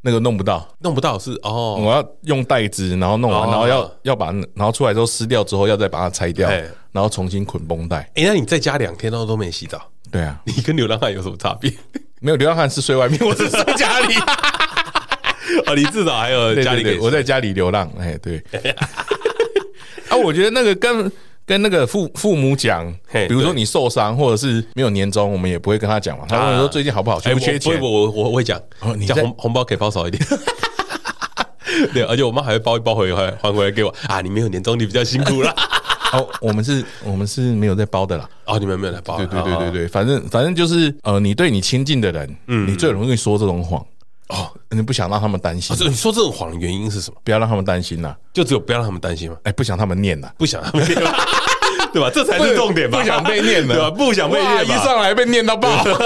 [SPEAKER 2] 那个弄不到。
[SPEAKER 3] 弄不到是哦，
[SPEAKER 2] 我要用带子，然后弄完，
[SPEAKER 3] 哦
[SPEAKER 2] 然后要要把，然后出来之后撕掉之后，要再把它拆掉
[SPEAKER 3] 嘿，
[SPEAKER 2] 然后重新捆绷带。
[SPEAKER 3] 哎，那你在家两天都都没洗澡，
[SPEAKER 2] 对啊，
[SPEAKER 3] 你跟流浪汉有什么差别？
[SPEAKER 2] 没有流浪汉是睡外面，我是睡家里。
[SPEAKER 3] 哦，你至少还有
[SPEAKER 2] 对
[SPEAKER 3] 家里
[SPEAKER 2] 对
[SPEAKER 3] 给
[SPEAKER 2] 对我在家里流浪，哎， 对。啊，我觉得那个跟跟那个父父母讲，
[SPEAKER 3] 嘿
[SPEAKER 2] 比如说
[SPEAKER 3] 对啊
[SPEAKER 2] 你受伤或者是没有年终，我们也不会跟他讲嘛。他问说最近好不好，缺
[SPEAKER 3] 哎，
[SPEAKER 2] 不
[SPEAKER 3] 我
[SPEAKER 2] 缺钱？
[SPEAKER 3] 我我我我会讲
[SPEAKER 2] 哦，你
[SPEAKER 3] 讲
[SPEAKER 2] 在
[SPEAKER 3] 红红包可以包少一点。 对，而且我妈还会包一包回还还回来给我啊！你没有年终，你比较辛苦啦。
[SPEAKER 2] 哦，我们是，我们是没有在包的啦。
[SPEAKER 3] 哦，你们没有来包啊，嗯
[SPEAKER 2] 对对对对
[SPEAKER 3] 对
[SPEAKER 2] 对，反正反正就是呃，你对你亲近的人，你最容易说这种谎哦，你不想让他们担心
[SPEAKER 3] 啊！，这你说这种谎的原因是什么？
[SPEAKER 2] 不要让他们担心啦，
[SPEAKER 3] 就只有不要让他们担心嘛，
[SPEAKER 2] 哎，不想他们念啦，
[SPEAKER 3] 不想他们 对吧？这才是重点吧？
[SPEAKER 2] 不想被念
[SPEAKER 3] 对吧？
[SPEAKER 2] 的，
[SPEAKER 3] 不想被
[SPEAKER 2] 哇
[SPEAKER 3] 念
[SPEAKER 2] 一
[SPEAKER 3] 吧？
[SPEAKER 2] 上来被念到爆，
[SPEAKER 3] 啊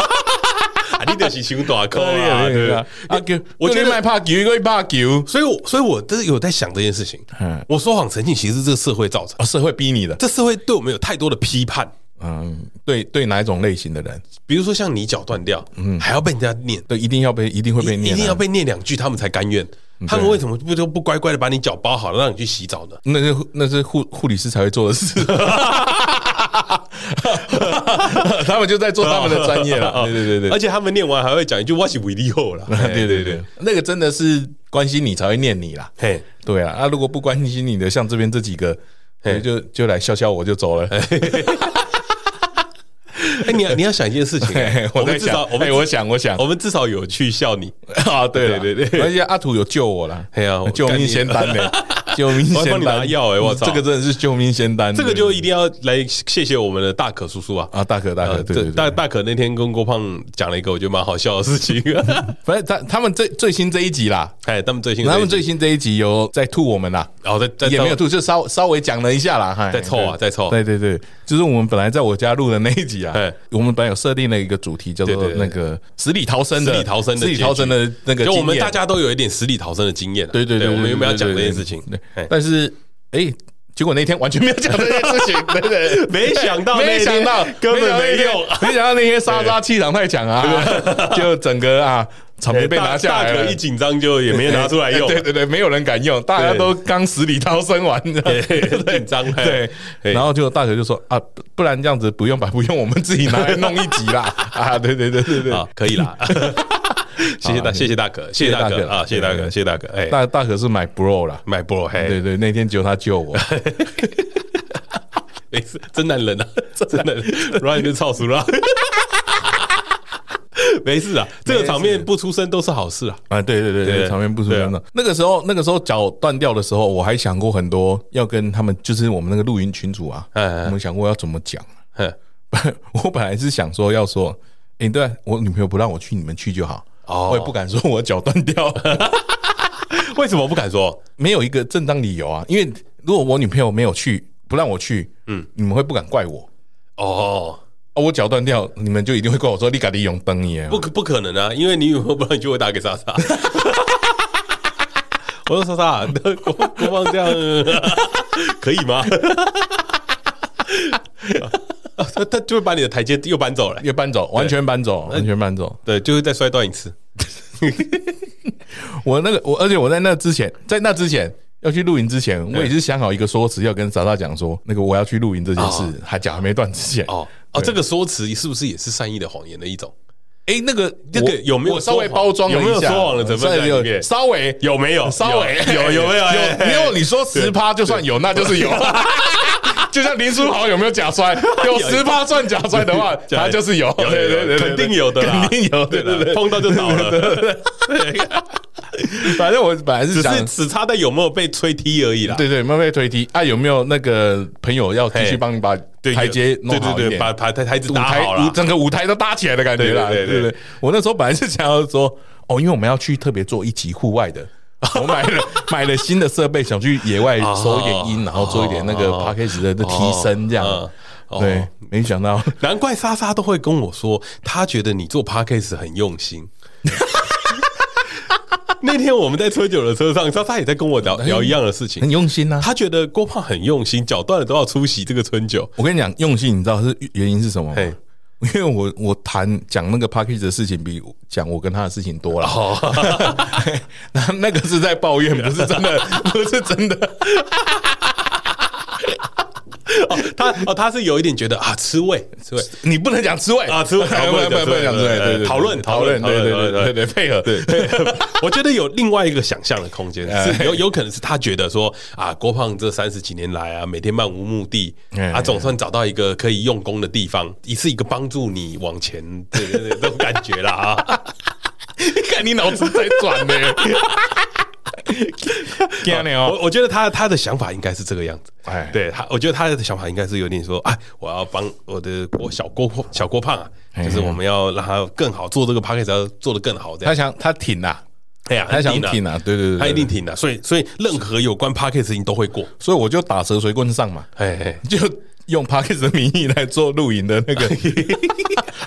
[SPEAKER 3] 你就是胸大口
[SPEAKER 2] 可
[SPEAKER 3] 啊，
[SPEAKER 2] 怜
[SPEAKER 3] 对
[SPEAKER 2] 对
[SPEAKER 3] 不
[SPEAKER 2] 啊
[SPEAKER 3] 对？
[SPEAKER 2] 啊，给
[SPEAKER 3] 我
[SPEAKER 2] 我
[SPEAKER 3] 觉
[SPEAKER 2] 觉
[SPEAKER 3] 得
[SPEAKER 2] 得卖怕球，一个怕球，
[SPEAKER 3] 所以我，所以我真的有在想这件事情
[SPEAKER 2] 嗯。
[SPEAKER 3] 我说谎成性，其实是这个社会造成的，
[SPEAKER 2] 啊，社会逼你的，
[SPEAKER 3] 这社会对我们有太多的批判。
[SPEAKER 2] 嗯，对对，哪一种类型的人，
[SPEAKER 3] 比如说像你脚断掉，
[SPEAKER 2] 嗯
[SPEAKER 3] 还要被人家念，
[SPEAKER 2] 对，一定要被一定会被
[SPEAKER 3] 一
[SPEAKER 2] 念啊，嗯
[SPEAKER 3] 定要被念两句，他们才甘愿。他们为什么不就不乖乖的把你脚包好了，让你去洗 澡呢？
[SPEAKER 2] 那是那是护护理师才会做的事， 他们就在做他们的专业
[SPEAKER 3] 哦
[SPEAKER 2] 了。哦对对对对
[SPEAKER 3] 而，且他们念完还会讲一句“我是维利后”啦。
[SPEAKER 2] 对对对，那个真的是关心你才会念你啦。
[SPEAKER 3] 嘿，
[SPEAKER 2] 对啊，啊，如果不关心你的，像这边这几个，哎
[SPEAKER 3] 嘿
[SPEAKER 2] 就就来笑笑我就走了。
[SPEAKER 3] 哎，你要你要想一件事情啊
[SPEAKER 2] 嘿 嘿，
[SPEAKER 3] 我
[SPEAKER 2] 在
[SPEAKER 3] 们至少
[SPEAKER 2] 想，
[SPEAKER 3] 我
[SPEAKER 2] 哎
[SPEAKER 3] 们
[SPEAKER 2] 我想我想
[SPEAKER 3] 我们至少有去笑你，
[SPEAKER 2] 啊，对了
[SPEAKER 3] 对对 对
[SPEAKER 2] 而且阿土有救我啦，
[SPEAKER 3] 嘿 啊我
[SPEAKER 2] 救命仙丹呢， 救命
[SPEAKER 3] 我还帮
[SPEAKER 2] 仙
[SPEAKER 3] 你拿
[SPEAKER 2] 丹嗯
[SPEAKER 3] 药欸我操
[SPEAKER 2] 这个真的是救命仙丹，
[SPEAKER 3] 这个就一
[SPEAKER 2] 定
[SPEAKER 3] 定要来谢谢我们的大可叔叔啊。
[SPEAKER 2] 啊，大可大可，
[SPEAKER 3] 呃
[SPEAKER 2] 对对
[SPEAKER 3] 这
[SPEAKER 2] 对，
[SPEAKER 3] 大大可那天跟郭胖讲了一个我觉得蛮好笑的 事情，
[SPEAKER 2] 反正他他们最最新这一集啦，
[SPEAKER 3] 哎，他们最新哦的
[SPEAKER 2] 他们
[SPEAKER 3] 这
[SPEAKER 2] 最
[SPEAKER 3] 一集
[SPEAKER 2] 新这一集有在吐我们啦，
[SPEAKER 3] 然后在在
[SPEAKER 2] 也没有吐，就稍稍微讲了一下啦，嗨
[SPEAKER 3] 在啊凑啊，在凑，
[SPEAKER 2] 对对对，就是我们本来在我家录的那一集啊
[SPEAKER 3] 嘿，
[SPEAKER 2] 我们本来有设定了一个主题，叫做
[SPEAKER 3] 对对对
[SPEAKER 2] 那个死里逃生的
[SPEAKER 3] 死里逃生
[SPEAKER 2] 死
[SPEAKER 3] 的
[SPEAKER 2] 里逃生的那个经
[SPEAKER 3] 就
[SPEAKER 2] 验，
[SPEAKER 3] 我们大家都有一点死里逃生的经验啊，
[SPEAKER 2] 对对
[SPEAKER 3] 对
[SPEAKER 2] 对，
[SPEAKER 3] 我们有没有要讲
[SPEAKER 2] 对
[SPEAKER 3] 这
[SPEAKER 2] 对对
[SPEAKER 3] 件事情？
[SPEAKER 2] 对
[SPEAKER 3] 哎
[SPEAKER 2] 但是哎，结果那天完全没有讲这件事情，对对。对
[SPEAKER 3] 没 想到那
[SPEAKER 2] 没
[SPEAKER 3] 天，
[SPEAKER 2] 想到，
[SPEAKER 3] 根本
[SPEAKER 2] 没
[SPEAKER 3] 没
[SPEAKER 2] 想到
[SPEAKER 3] 用。
[SPEAKER 2] 那天，没想到那天沙沙气场太强啊，就整个啊场面被拿下来
[SPEAKER 3] 哎大可
[SPEAKER 2] 了
[SPEAKER 3] 一。紧张就也没有拿出来 用，
[SPEAKER 2] 哎对对对，没有人敢用，大家
[SPEAKER 3] 对
[SPEAKER 2] 都刚死里逃生完，你知 道吗
[SPEAKER 3] 对，紧张
[SPEAKER 2] 对，
[SPEAKER 3] 对
[SPEAKER 2] 然后就大学就说啊，不不然这样子不用吧，不用我们自己拿来弄一集 啦啊，对对对对对，
[SPEAKER 3] 啊，可以 啦。谢谢大，谢谢大可，谢谢大
[SPEAKER 2] 谢
[SPEAKER 3] 可
[SPEAKER 2] 谢大可
[SPEAKER 3] 啊，谢谢大可，
[SPEAKER 2] 对
[SPEAKER 3] 谢谢大可，哎，
[SPEAKER 2] 大大可是买 bro 啦，
[SPEAKER 3] 买菠萝嘿
[SPEAKER 2] 对，对，那天只有他救我，
[SPEAKER 3] 没事，真男人啊， 真 男人，Ryan 就操熟了。 没事啊，这个场面不出声都是好事啊。
[SPEAKER 2] 啊，对对对
[SPEAKER 3] 对
[SPEAKER 2] 对，场面不舒服
[SPEAKER 3] 对啊
[SPEAKER 2] 真的。那个时候那个时候脚断掉的时候，我还想过很多要跟他们，就是我们那个露营群主啊，
[SPEAKER 3] 嗯嗯
[SPEAKER 2] 我们想过要怎么讲。
[SPEAKER 3] 哼
[SPEAKER 2] 我本来是想说要说，哎，对啊我女朋友不让我去，你们去就好。
[SPEAKER 3] 哦
[SPEAKER 2] 我也不敢说我脚断掉，
[SPEAKER 3] 为什么不敢说？
[SPEAKER 2] 没有一个正当理由啊。因为如果我女朋友没有去，不让我去，嗯，你们会不敢怪我。
[SPEAKER 3] 哦，
[SPEAKER 2] 哦，我脚断掉，你们就一定会怪我说你赶紧用灯耶。
[SPEAKER 3] 不可不可能啊，因为你女朋友不让你去，我打给莎 莎。我说莎莎，那国国防这样呃可以吗？ 啊他他就会把你的台阶又搬走了，
[SPEAKER 2] 又搬走，完全搬走，完全搬走。
[SPEAKER 3] 对，就会再摔断一次。
[SPEAKER 2] 我那个我，而且我在那之前，在那之前要去露营之前，我也是想好一个说辞，要跟莎莎讲说，那个我要去露营这件事
[SPEAKER 3] 哦，
[SPEAKER 2] 还脚还没断之前。
[SPEAKER 3] 哦哦，这个说辞是不是也是善意的谎言的一种？
[SPEAKER 2] 哎，那个
[SPEAKER 3] 那个
[SPEAKER 2] 我
[SPEAKER 3] 有没有
[SPEAKER 2] 我稍微
[SPEAKER 3] 说谎
[SPEAKER 2] 包装了
[SPEAKER 3] 有没有
[SPEAKER 2] 一下
[SPEAKER 3] 说谎的成分在里面
[SPEAKER 2] 有稍微
[SPEAKER 3] 有没有？
[SPEAKER 2] 稍微
[SPEAKER 3] 有有没有？哎
[SPEAKER 2] 有没有？你说十趴就算有，那就是 有。就像林书豪有没有假摔？有十趴算假摔的 话，
[SPEAKER 3] 假
[SPEAKER 2] 他就是有，
[SPEAKER 3] 有有
[SPEAKER 2] 对对对，对
[SPEAKER 3] 肯定有的啦
[SPEAKER 2] 肯定有，对
[SPEAKER 3] 对
[SPEAKER 2] 对
[SPEAKER 3] 了，
[SPEAKER 2] 对。
[SPEAKER 3] 碰到就倒了，
[SPEAKER 2] 反正我本来是
[SPEAKER 3] 只
[SPEAKER 2] 想
[SPEAKER 3] 是，只差在有没有被吹踢而已啦。
[SPEAKER 2] 对对，慢慢推踢啊，有没有那个朋友要继
[SPEAKER 3] 嘿
[SPEAKER 2] 续帮你把
[SPEAKER 3] 对，
[SPEAKER 2] 台阶弄
[SPEAKER 3] 对
[SPEAKER 2] 好一
[SPEAKER 3] 对对，
[SPEAKER 2] 点？
[SPEAKER 3] 把把台台子
[SPEAKER 2] 舞
[SPEAKER 3] 打好
[SPEAKER 2] 台
[SPEAKER 3] 了
[SPEAKER 2] 舞。整个舞台都搭起来的感觉啦，
[SPEAKER 3] 对对
[SPEAKER 2] 对
[SPEAKER 3] 对对
[SPEAKER 2] 对对。我那时候本来是想要说，哦，因为我们要去特别做一集户外的， 我买了买了新的设备，想去野外收一点音，然后做一点那个
[SPEAKER 3] 哦
[SPEAKER 2] p a c k a g e 的的提升，这样
[SPEAKER 3] 嗯。哦
[SPEAKER 2] 对，没想到
[SPEAKER 3] 难怪莎莎都会跟我说，她觉得你做 podcast 很用心。 那天我们在车九的车上，莎莎也在跟我聊聊一样的事情
[SPEAKER 2] 很。用心啊呐。
[SPEAKER 3] 她觉得郭胖很用心，脚断了都要出席这个春酒。
[SPEAKER 2] 我跟你讲，用心，你知道是原因是什么
[SPEAKER 3] 嘿
[SPEAKER 2] 吗？因为我我谈讲那个 package 的事情比讲我跟他的事情多了，
[SPEAKER 3] 哦
[SPEAKER 2] 那那个是在抱怨，不是真的， 不是真的。
[SPEAKER 3] 她哦，她是有一点觉得啊，吃味，吃味。
[SPEAKER 2] 你不能讲吃味
[SPEAKER 3] 啊吃 味
[SPEAKER 2] 不
[SPEAKER 3] 啊不
[SPEAKER 2] 能
[SPEAKER 3] 能讲
[SPEAKER 2] 不能讲吃
[SPEAKER 3] 吃味
[SPEAKER 2] 味，对对，
[SPEAKER 3] 讨论
[SPEAKER 2] 讨论，
[SPEAKER 3] 讨
[SPEAKER 2] 对
[SPEAKER 3] 论
[SPEAKER 2] 对
[SPEAKER 3] 讨
[SPEAKER 2] 对
[SPEAKER 3] 论
[SPEAKER 2] 对对，配合对
[SPEAKER 3] 对， 我觉得有另外一个想象的空间，是有有可能是他觉得说啊，郭胖这三十几年来啊，每天漫无目的
[SPEAKER 2] 哎
[SPEAKER 3] 啊，总算找到一个可以用功的地方，也是一个帮助你往前对对对，这种感觉啦啊。
[SPEAKER 2] 看你脑子在转 呢。天哪哦！
[SPEAKER 3] 我我觉得他他的想法应该是这个样子，
[SPEAKER 2] 哎
[SPEAKER 3] 对他，我觉得他的想法应该是有点说，哎，我要帮我的郭小郭小郭胖啊，
[SPEAKER 2] 哎
[SPEAKER 3] 就是我们要让他更好做这个 p a c k a g e 要做得更好，这
[SPEAKER 2] 他
[SPEAKER 3] 样
[SPEAKER 2] 想他挺啊，
[SPEAKER 3] 哎呀，
[SPEAKER 2] 他想
[SPEAKER 3] 一定啊
[SPEAKER 2] 挺啊，对对对，
[SPEAKER 3] 他一定
[SPEAKER 2] 挺，
[SPEAKER 3] 挺的，所以所以任何有关 p a c k a g e 你都会过，
[SPEAKER 2] 所以我就打蛇随棍上嘛，
[SPEAKER 3] 哎哎，
[SPEAKER 2] 就用 package 的名义来做露营的那 个。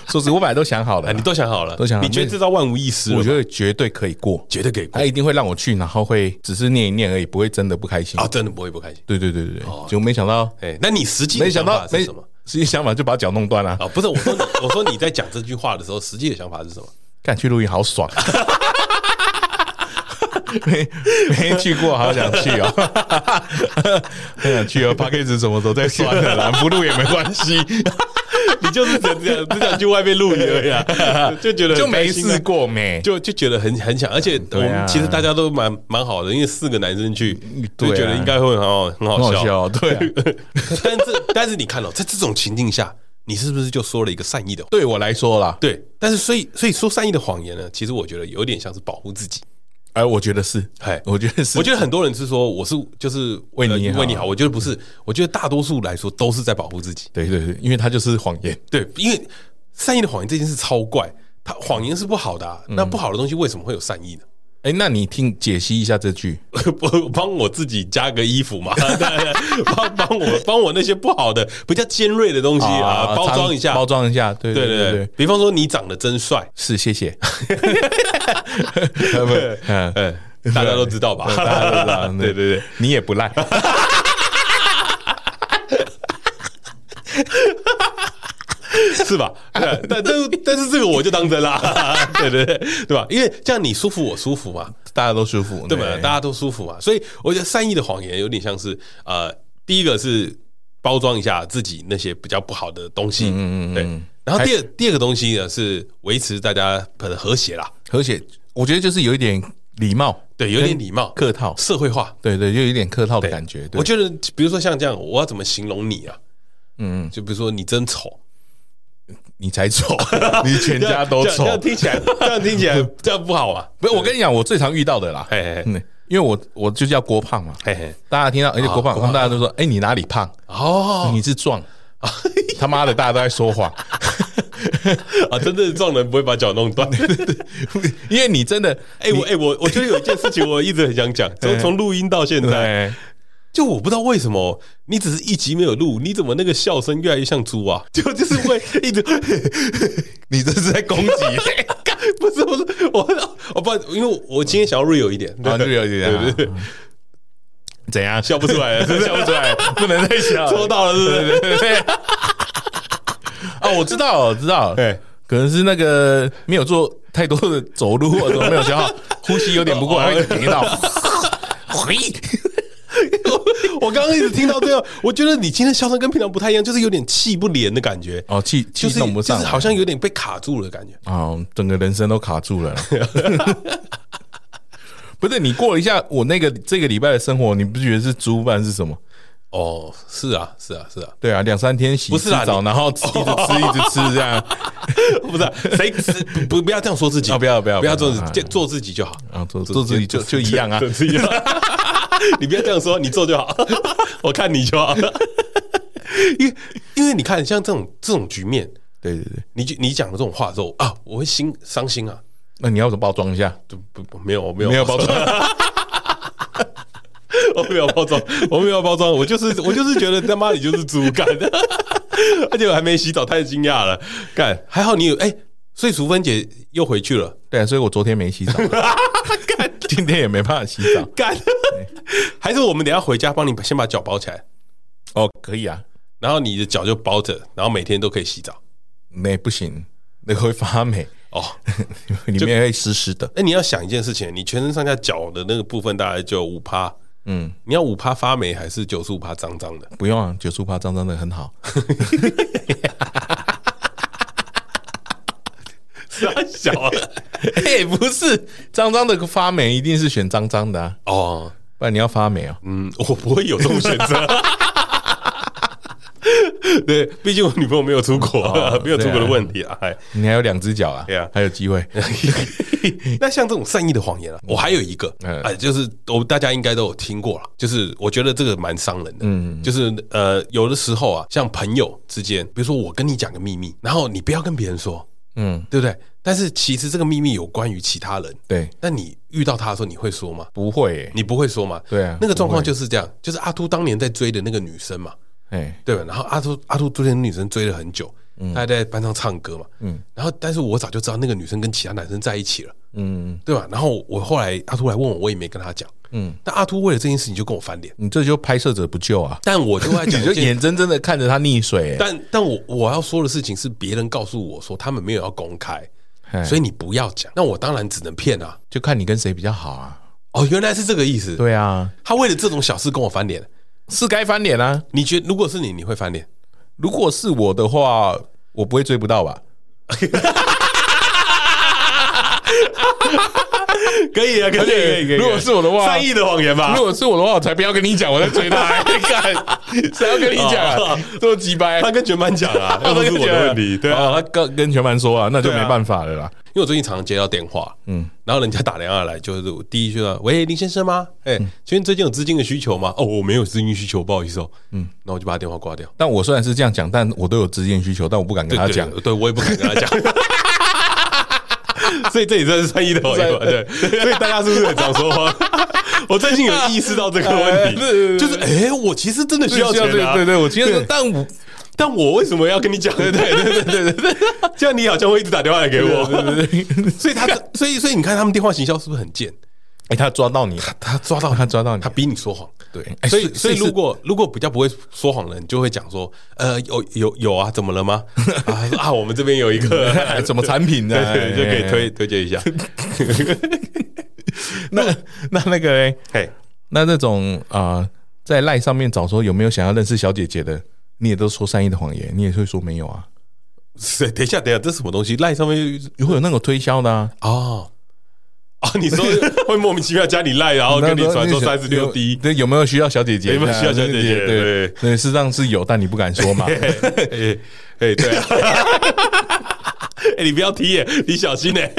[SPEAKER 2] 说实，我本来啊都想好了
[SPEAKER 3] 哎，
[SPEAKER 2] 啦，
[SPEAKER 3] 你都想好了，
[SPEAKER 2] 都想好
[SPEAKER 3] 你觉得这招万无一失了吗？
[SPEAKER 2] 我觉得哎绝对可以过，
[SPEAKER 3] 绝对给过
[SPEAKER 2] 他一定会让我去，然后会只是念一念而已，不会真的不开心
[SPEAKER 3] 啊，。真的不会不开心。
[SPEAKER 2] 对对对对对，就没想到，
[SPEAKER 3] 哎，那你实际的
[SPEAKER 2] 没哦想
[SPEAKER 3] 法
[SPEAKER 2] 到，
[SPEAKER 3] 是
[SPEAKER 2] 没
[SPEAKER 3] 什么？
[SPEAKER 2] 实际想法就把脚弄断了
[SPEAKER 3] 啊，，不是我说你， 我说你在讲这句话的时候，实际的想法是什么？
[SPEAKER 2] 干去露营好爽。 没没去过，好想去哦， 好想去哦。p a c k a g e 什么时候再算了 啦，不录也没关 系，
[SPEAKER 3] 你就是只只想只想去外面露营而 已啊，就觉得
[SPEAKER 2] 就
[SPEAKER 3] 很开
[SPEAKER 2] 没
[SPEAKER 3] 心啊
[SPEAKER 2] 试，过没。
[SPEAKER 3] 就就觉得很很想，而且我
[SPEAKER 2] 对啊
[SPEAKER 3] 们其实大家都蛮蛮好的，因为四个男生去，
[SPEAKER 2] 对啊
[SPEAKER 3] 就觉得应该会很好
[SPEAKER 2] 很
[SPEAKER 3] 很好
[SPEAKER 2] 好
[SPEAKER 3] 笑。
[SPEAKER 2] 笑，对啊、
[SPEAKER 3] 但是但是你看哦，在这种情境下，你是不是就说了一个善意的话？
[SPEAKER 2] 对我来说啦，
[SPEAKER 3] 对，但是所以所以说善意的谎言呢，其实我觉得有点像是保护自己。
[SPEAKER 2] 哎，我觉得是，
[SPEAKER 3] 哎
[SPEAKER 2] 我觉得是，
[SPEAKER 3] 我觉得很多人是说我是就是
[SPEAKER 2] 为你
[SPEAKER 3] 呃
[SPEAKER 2] 好
[SPEAKER 3] 为你好，我觉得不是，我觉得大多数来说都是在保护自己。
[SPEAKER 2] 对对对，因为它就是谎言，
[SPEAKER 3] 对，因为善意的谎言这件事超怪，它谎言是不好的、啊，
[SPEAKER 2] 嗯
[SPEAKER 3] 那不好的东西为什么会有善意呢？
[SPEAKER 2] 哎、那你听解析一下这句，
[SPEAKER 3] 我帮我自己加个衣服嘛， 对帮帮我帮我那些不好的、比较尖锐的东西啊，包装一下，
[SPEAKER 2] 包装一下，对
[SPEAKER 3] 对
[SPEAKER 2] 对
[SPEAKER 3] 对
[SPEAKER 2] 对对，，
[SPEAKER 3] 对比方说你长得真帅，
[SPEAKER 2] 是谢 谢。 不嗯，
[SPEAKER 3] 嗯，大家都知道吧？
[SPEAKER 2] 大家都知道嗯
[SPEAKER 3] 对对对，
[SPEAKER 2] 你也不赖，
[SPEAKER 3] 是吧？对但但但是这个我就当真啦， 对对对，对吧？因为这样你舒服，我舒服嘛，
[SPEAKER 2] 大家都舒服，
[SPEAKER 3] 对吧？大家都舒服嘛，所以我觉得善意的谎言有点像是呃，第一个是包装一下自己那些比较不好的东西，
[SPEAKER 2] 嗯嗯嗯嗯
[SPEAKER 3] 对。然后第二第二个东西呢是维持大家可能和谐啦，
[SPEAKER 2] 而且我觉得就是有一点礼貌，
[SPEAKER 3] 对，有点礼貌，
[SPEAKER 2] 客套，
[SPEAKER 3] 社会化。
[SPEAKER 2] 对对，就有一点客套的感觉。对
[SPEAKER 3] 我觉得比如说像这样，我要怎么形容你啊？
[SPEAKER 2] 嗯，嗯
[SPEAKER 3] 就比如说你真丑，
[SPEAKER 2] 你才 丑，你全家都
[SPEAKER 3] 这样
[SPEAKER 2] 丑
[SPEAKER 3] 这。样听起 来这样听起来这样不好啊。
[SPEAKER 2] 不是，我跟你讲，我最常遇到的啦，
[SPEAKER 3] 嘿嘿嘿
[SPEAKER 2] 嗯，因为我我就叫郭胖嘛，
[SPEAKER 3] 嘿嘿，
[SPEAKER 2] 大家听到，而且郭胖，大家都说，哎，你哪里胖？
[SPEAKER 3] 啊
[SPEAKER 2] 哎
[SPEAKER 3] 哦，
[SPEAKER 2] 你是 壮。他妈的，大家都在说谎，
[SPEAKER 3] 啊，真正的撞人不会把脚弄 断。
[SPEAKER 2] 因为你真的，
[SPEAKER 3] 哎、我哎、我我觉得有一件事情我一直很 想讲，从从录音到现在，
[SPEAKER 2] 对，
[SPEAKER 3] 就我不知道为什么你只是一集没有录，你怎么那个笑声越来越像猪啊？ 就就是会 一直，
[SPEAKER 2] 你这是在攻击。
[SPEAKER 3] 干不是不是，我我不，因为我今天想要 real 一点，
[SPEAKER 2] 啊，就有点
[SPEAKER 3] 对对对，
[SPEAKER 2] 怎样？
[SPEAKER 3] 笑不出来了，真的笑不出来，
[SPEAKER 2] 不能再笑
[SPEAKER 3] 抽到了是不
[SPEAKER 2] 对
[SPEAKER 3] 是？
[SPEAKER 2] 对 对。啊，我知道，我知道，
[SPEAKER 3] 对，
[SPEAKER 2] 可能是那个没有做太多的走路，或者没有消耗，呼吸有点不过来，会停 到。回，
[SPEAKER 3] 我刚刚一直听到最后，我觉得你今天笑声跟平常不太一样，就是有点气不连的感觉，
[SPEAKER 2] 哦，气气
[SPEAKER 3] 就是
[SPEAKER 2] 弄不
[SPEAKER 3] 就
[SPEAKER 2] 上
[SPEAKER 3] 是
[SPEAKER 2] 来，
[SPEAKER 3] 好像有点被卡住了的感觉。
[SPEAKER 2] 哦，整个人生都卡住了。 不是你过了一下我那个这个礼拜的生活，你不觉得是猪饭是什么？
[SPEAKER 3] 哦，是啊，是啊，是啊，
[SPEAKER 2] 对啊，两三天洗一
[SPEAKER 3] 不是
[SPEAKER 2] 次
[SPEAKER 3] 啦
[SPEAKER 2] 澡，
[SPEAKER 3] 你哦
[SPEAKER 2] 然后一直吃一直吃这 样。
[SPEAKER 3] 不是啊、谁 吃不不不要这样说自己
[SPEAKER 2] 啊不要不要
[SPEAKER 3] 不要做
[SPEAKER 2] 不要
[SPEAKER 3] 自己做自己 就好，
[SPEAKER 2] 啊，做做自己就就一样啊
[SPEAKER 3] 做，自己就好。 你不要这样说，你做就好， 我看你就好。 因为因为你看，像这种这种局面，
[SPEAKER 2] 对对对，
[SPEAKER 3] 你就你讲的这种话之后啊，我会心伤心啊，
[SPEAKER 2] 那你要怎么包装一下？
[SPEAKER 3] 就不不没有没有
[SPEAKER 2] 没有包装，
[SPEAKER 3] 我没有包装，我没有包装，我就是我就是觉得他妈你就是猪干， 而且我还没洗澡，太惊讶了，干还好你有哎、所以淑芬姐又回去了，
[SPEAKER 2] 对啊，所以我昨天没洗澡， 今天也没办法洗澡。
[SPEAKER 3] 干， 还是我们等一下回家帮你先把脚包起来，
[SPEAKER 2] 哦，可以啊，
[SPEAKER 3] 然后你的脚就包着，然后每天都可以洗澡
[SPEAKER 2] 那不行，那个会发霉，
[SPEAKER 3] 哦。
[SPEAKER 2] 里面会湿湿的。
[SPEAKER 3] 哎、你要想一件事情，你全身上下脚的那个部分大概就五趴，
[SPEAKER 2] 嗯，
[SPEAKER 3] 你要五趴发霉还是九十五趴脏脏的？
[SPEAKER 2] 不用啊，九十趴脏脏的很好。
[SPEAKER 3] 是啊，小啊，
[SPEAKER 2] 哎，不是脏脏的发霉，一定是选脏脏的啊，
[SPEAKER 3] 哦，
[SPEAKER 2] 不然你要发霉哦。
[SPEAKER 3] 嗯，我不会有这种选择。 对，毕竟我女朋友没有出国，
[SPEAKER 2] 哦
[SPEAKER 3] 没有出国的问题啊。哎，
[SPEAKER 2] 你还有两只脚啊
[SPEAKER 3] 对啊，
[SPEAKER 2] 还有机会。
[SPEAKER 3] 那像这种善意的谎言啊，我还有一个，
[SPEAKER 2] 嗯
[SPEAKER 3] 哎，就是我大家应该都有听过了，就是我觉得这个蛮伤人的，
[SPEAKER 2] 嗯
[SPEAKER 3] 就是呃，有的时候啊，像朋友之间，比如说我跟你讲个秘密，然后你不要跟别人说，
[SPEAKER 2] 嗯，
[SPEAKER 3] 对不对？但是其实这个秘密有关于其他人，
[SPEAKER 2] 对，
[SPEAKER 3] 但你遇到他的时候，你会说吗？
[SPEAKER 2] 不会欸，
[SPEAKER 3] 你不会说吗？
[SPEAKER 2] 对啊
[SPEAKER 3] 那个状况
[SPEAKER 2] 不会
[SPEAKER 3] 就是这样，就是阿秃当年在追的那个女生嘛，
[SPEAKER 2] 哎，
[SPEAKER 3] 对吧？然后阿秃阿秃追的女生追了很久，
[SPEAKER 2] 嗯
[SPEAKER 3] 她还在班上唱歌嘛，嗯，然后但是我早就知道那个女生跟其他男生在一起了，
[SPEAKER 2] 嗯，
[SPEAKER 3] 对吧？然后我后来阿秃来问我，我也没跟他讲，嗯，但阿秃为了这件事情就跟我翻脸，
[SPEAKER 2] 你这就拍摄者不救啊，
[SPEAKER 3] 但我就在讲
[SPEAKER 2] 你
[SPEAKER 3] 一
[SPEAKER 2] 就
[SPEAKER 3] 件，
[SPEAKER 2] 眼睁睁的看着他溺水欸，
[SPEAKER 3] 但但我我要说的事情是别人告诉我说他们没有要公开，
[SPEAKER 2] 哎
[SPEAKER 3] 所以你不要讲，那我当然只能骗啊。
[SPEAKER 2] 就看你跟谁比较好啊。
[SPEAKER 3] 哦，原来是这个意思。
[SPEAKER 2] 对啊，
[SPEAKER 3] 他为了这种小事跟我翻脸，
[SPEAKER 2] 是该翻脸啊。
[SPEAKER 3] 你觉得如果是你，你会翻脸？
[SPEAKER 2] 如果是我的话，我不会追不到吧？
[SPEAKER 3] 可以啊，可以，可以，可以。
[SPEAKER 2] 如果是我的话
[SPEAKER 3] 善意的谎言吧
[SPEAKER 2] 如。果是我的话，我才不要跟你讲我在追 他、欸，干谁要跟你讲、啊
[SPEAKER 3] 哦？
[SPEAKER 2] 这么鸡掰，
[SPEAKER 3] 他跟全班讲 啊，又不是 我的问题，对啊。
[SPEAKER 2] 哦他跟跟全班说啊，那就
[SPEAKER 3] 对
[SPEAKER 2] 没
[SPEAKER 3] 啊
[SPEAKER 2] 办法了啦。
[SPEAKER 3] 因为我最近常常接到电话，嗯，然后人家打电话来，就是我第一句话，喂，林先生吗？哎，请问最近有资金的需求吗？哦，我没有资金需求，不好意思哦。嗯，那我就把他电话挂掉。
[SPEAKER 2] 但我虽然是这样讲，但我都有资金需求，但我不敢跟他
[SPEAKER 3] 对
[SPEAKER 2] 讲。
[SPEAKER 3] 对对我也不敢跟他 讲。所以这也算是善意的谎言吧？对，所以大家是不是很常说谎？ 我最近有意识到这个问
[SPEAKER 2] 哎对
[SPEAKER 3] 题，就是 哎、我其实真的需要钱
[SPEAKER 2] 对
[SPEAKER 3] 啊，
[SPEAKER 2] 对对，我今天但我
[SPEAKER 3] 但我为什么要跟你讲？对对对对对对，这样你好像会一直打电话来给我，
[SPEAKER 2] 对对对，
[SPEAKER 3] 所以他，所以所以你看他们电话行销是不是很贱？
[SPEAKER 2] 哎，他抓到你了，
[SPEAKER 3] 他抓到
[SPEAKER 2] 他抓到你
[SPEAKER 3] 他哦逼你说谎，
[SPEAKER 2] 对哎
[SPEAKER 3] 哎
[SPEAKER 2] 所
[SPEAKER 3] 所以
[SPEAKER 2] 以
[SPEAKER 3] 所以
[SPEAKER 2] 所以
[SPEAKER 3] 如果如果比较不会说谎的人，就会讲说，呃，有有有啊，怎么了吗？ 啊啊，我们这边有一个
[SPEAKER 2] 哎什么产品呢？
[SPEAKER 3] 对对，就可以推
[SPEAKER 2] 哎。
[SPEAKER 3] 推荐一 下。
[SPEAKER 2] 那那那个嘞，
[SPEAKER 3] 嘿，
[SPEAKER 2] 那那种啊、呃在赖上面找说有没有想要认识小姐姐的，你也都说善意的谎言，你也会说没有啊。
[SPEAKER 3] 是等一下，等一下，这是什么东西？赖上面
[SPEAKER 2] 会有那种推销的啊，
[SPEAKER 3] 哦 哦，你说会莫名其妙加你赖，然后跟你传说三十六 D，
[SPEAKER 2] 对，有没有需要小姐姐？
[SPEAKER 3] 有没有需要小姐姐
[SPEAKER 2] 对对，对事实上是有，但你不敢 说嘛。
[SPEAKER 3] 哎哎，对啊，哎，你不要踢耶，你小心耶。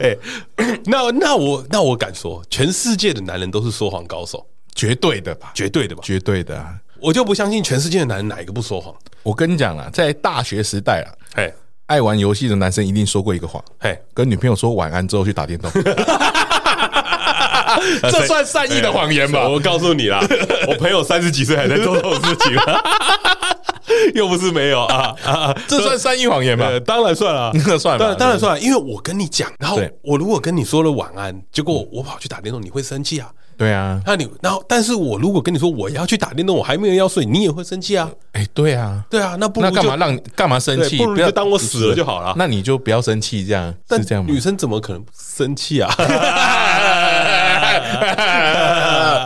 [SPEAKER 3] 哎，那那我那我敢说，全世界的男人都是说谎高手，
[SPEAKER 2] 绝对的吧，
[SPEAKER 3] 绝对的吧？
[SPEAKER 2] 绝对的啊。
[SPEAKER 3] 我就不相信全世界的男人哪一个不说谎。
[SPEAKER 2] 我跟你讲啦，在大学时代啊，
[SPEAKER 3] 哎
[SPEAKER 2] 爱玩游戏的男生一定说过一个谎，
[SPEAKER 3] 哎，
[SPEAKER 2] 跟女朋友说晚安之后去打 电动，这算善意的谎言吧
[SPEAKER 3] 哎哎？我告诉你啦，我朋友三十几岁还在做这种事情、又不是没有啊啊啊！
[SPEAKER 2] 这算善意谎言吧？
[SPEAKER 3] 呃，当然算了，
[SPEAKER 2] 那算吧
[SPEAKER 3] 当然当然算了，因为我跟你讲，然后
[SPEAKER 2] 对
[SPEAKER 3] 我如果跟你说了晚安，结果我跑去打电动，你会生气啊。
[SPEAKER 2] 对啊，
[SPEAKER 3] 那你，然后，但是我如果跟你说我要去打电动，我还没有要睡，你也会生气啊。
[SPEAKER 2] 哎，对啊，
[SPEAKER 3] 对啊，那不如
[SPEAKER 2] 那
[SPEAKER 3] 就
[SPEAKER 2] 干嘛？让干嘛生
[SPEAKER 3] 对
[SPEAKER 2] 气？
[SPEAKER 3] 不如你就当我死了就好了
[SPEAKER 2] 那你就不要生气，这样
[SPEAKER 3] 但
[SPEAKER 2] 是这样吗
[SPEAKER 3] 女？生怎么可能生气啊？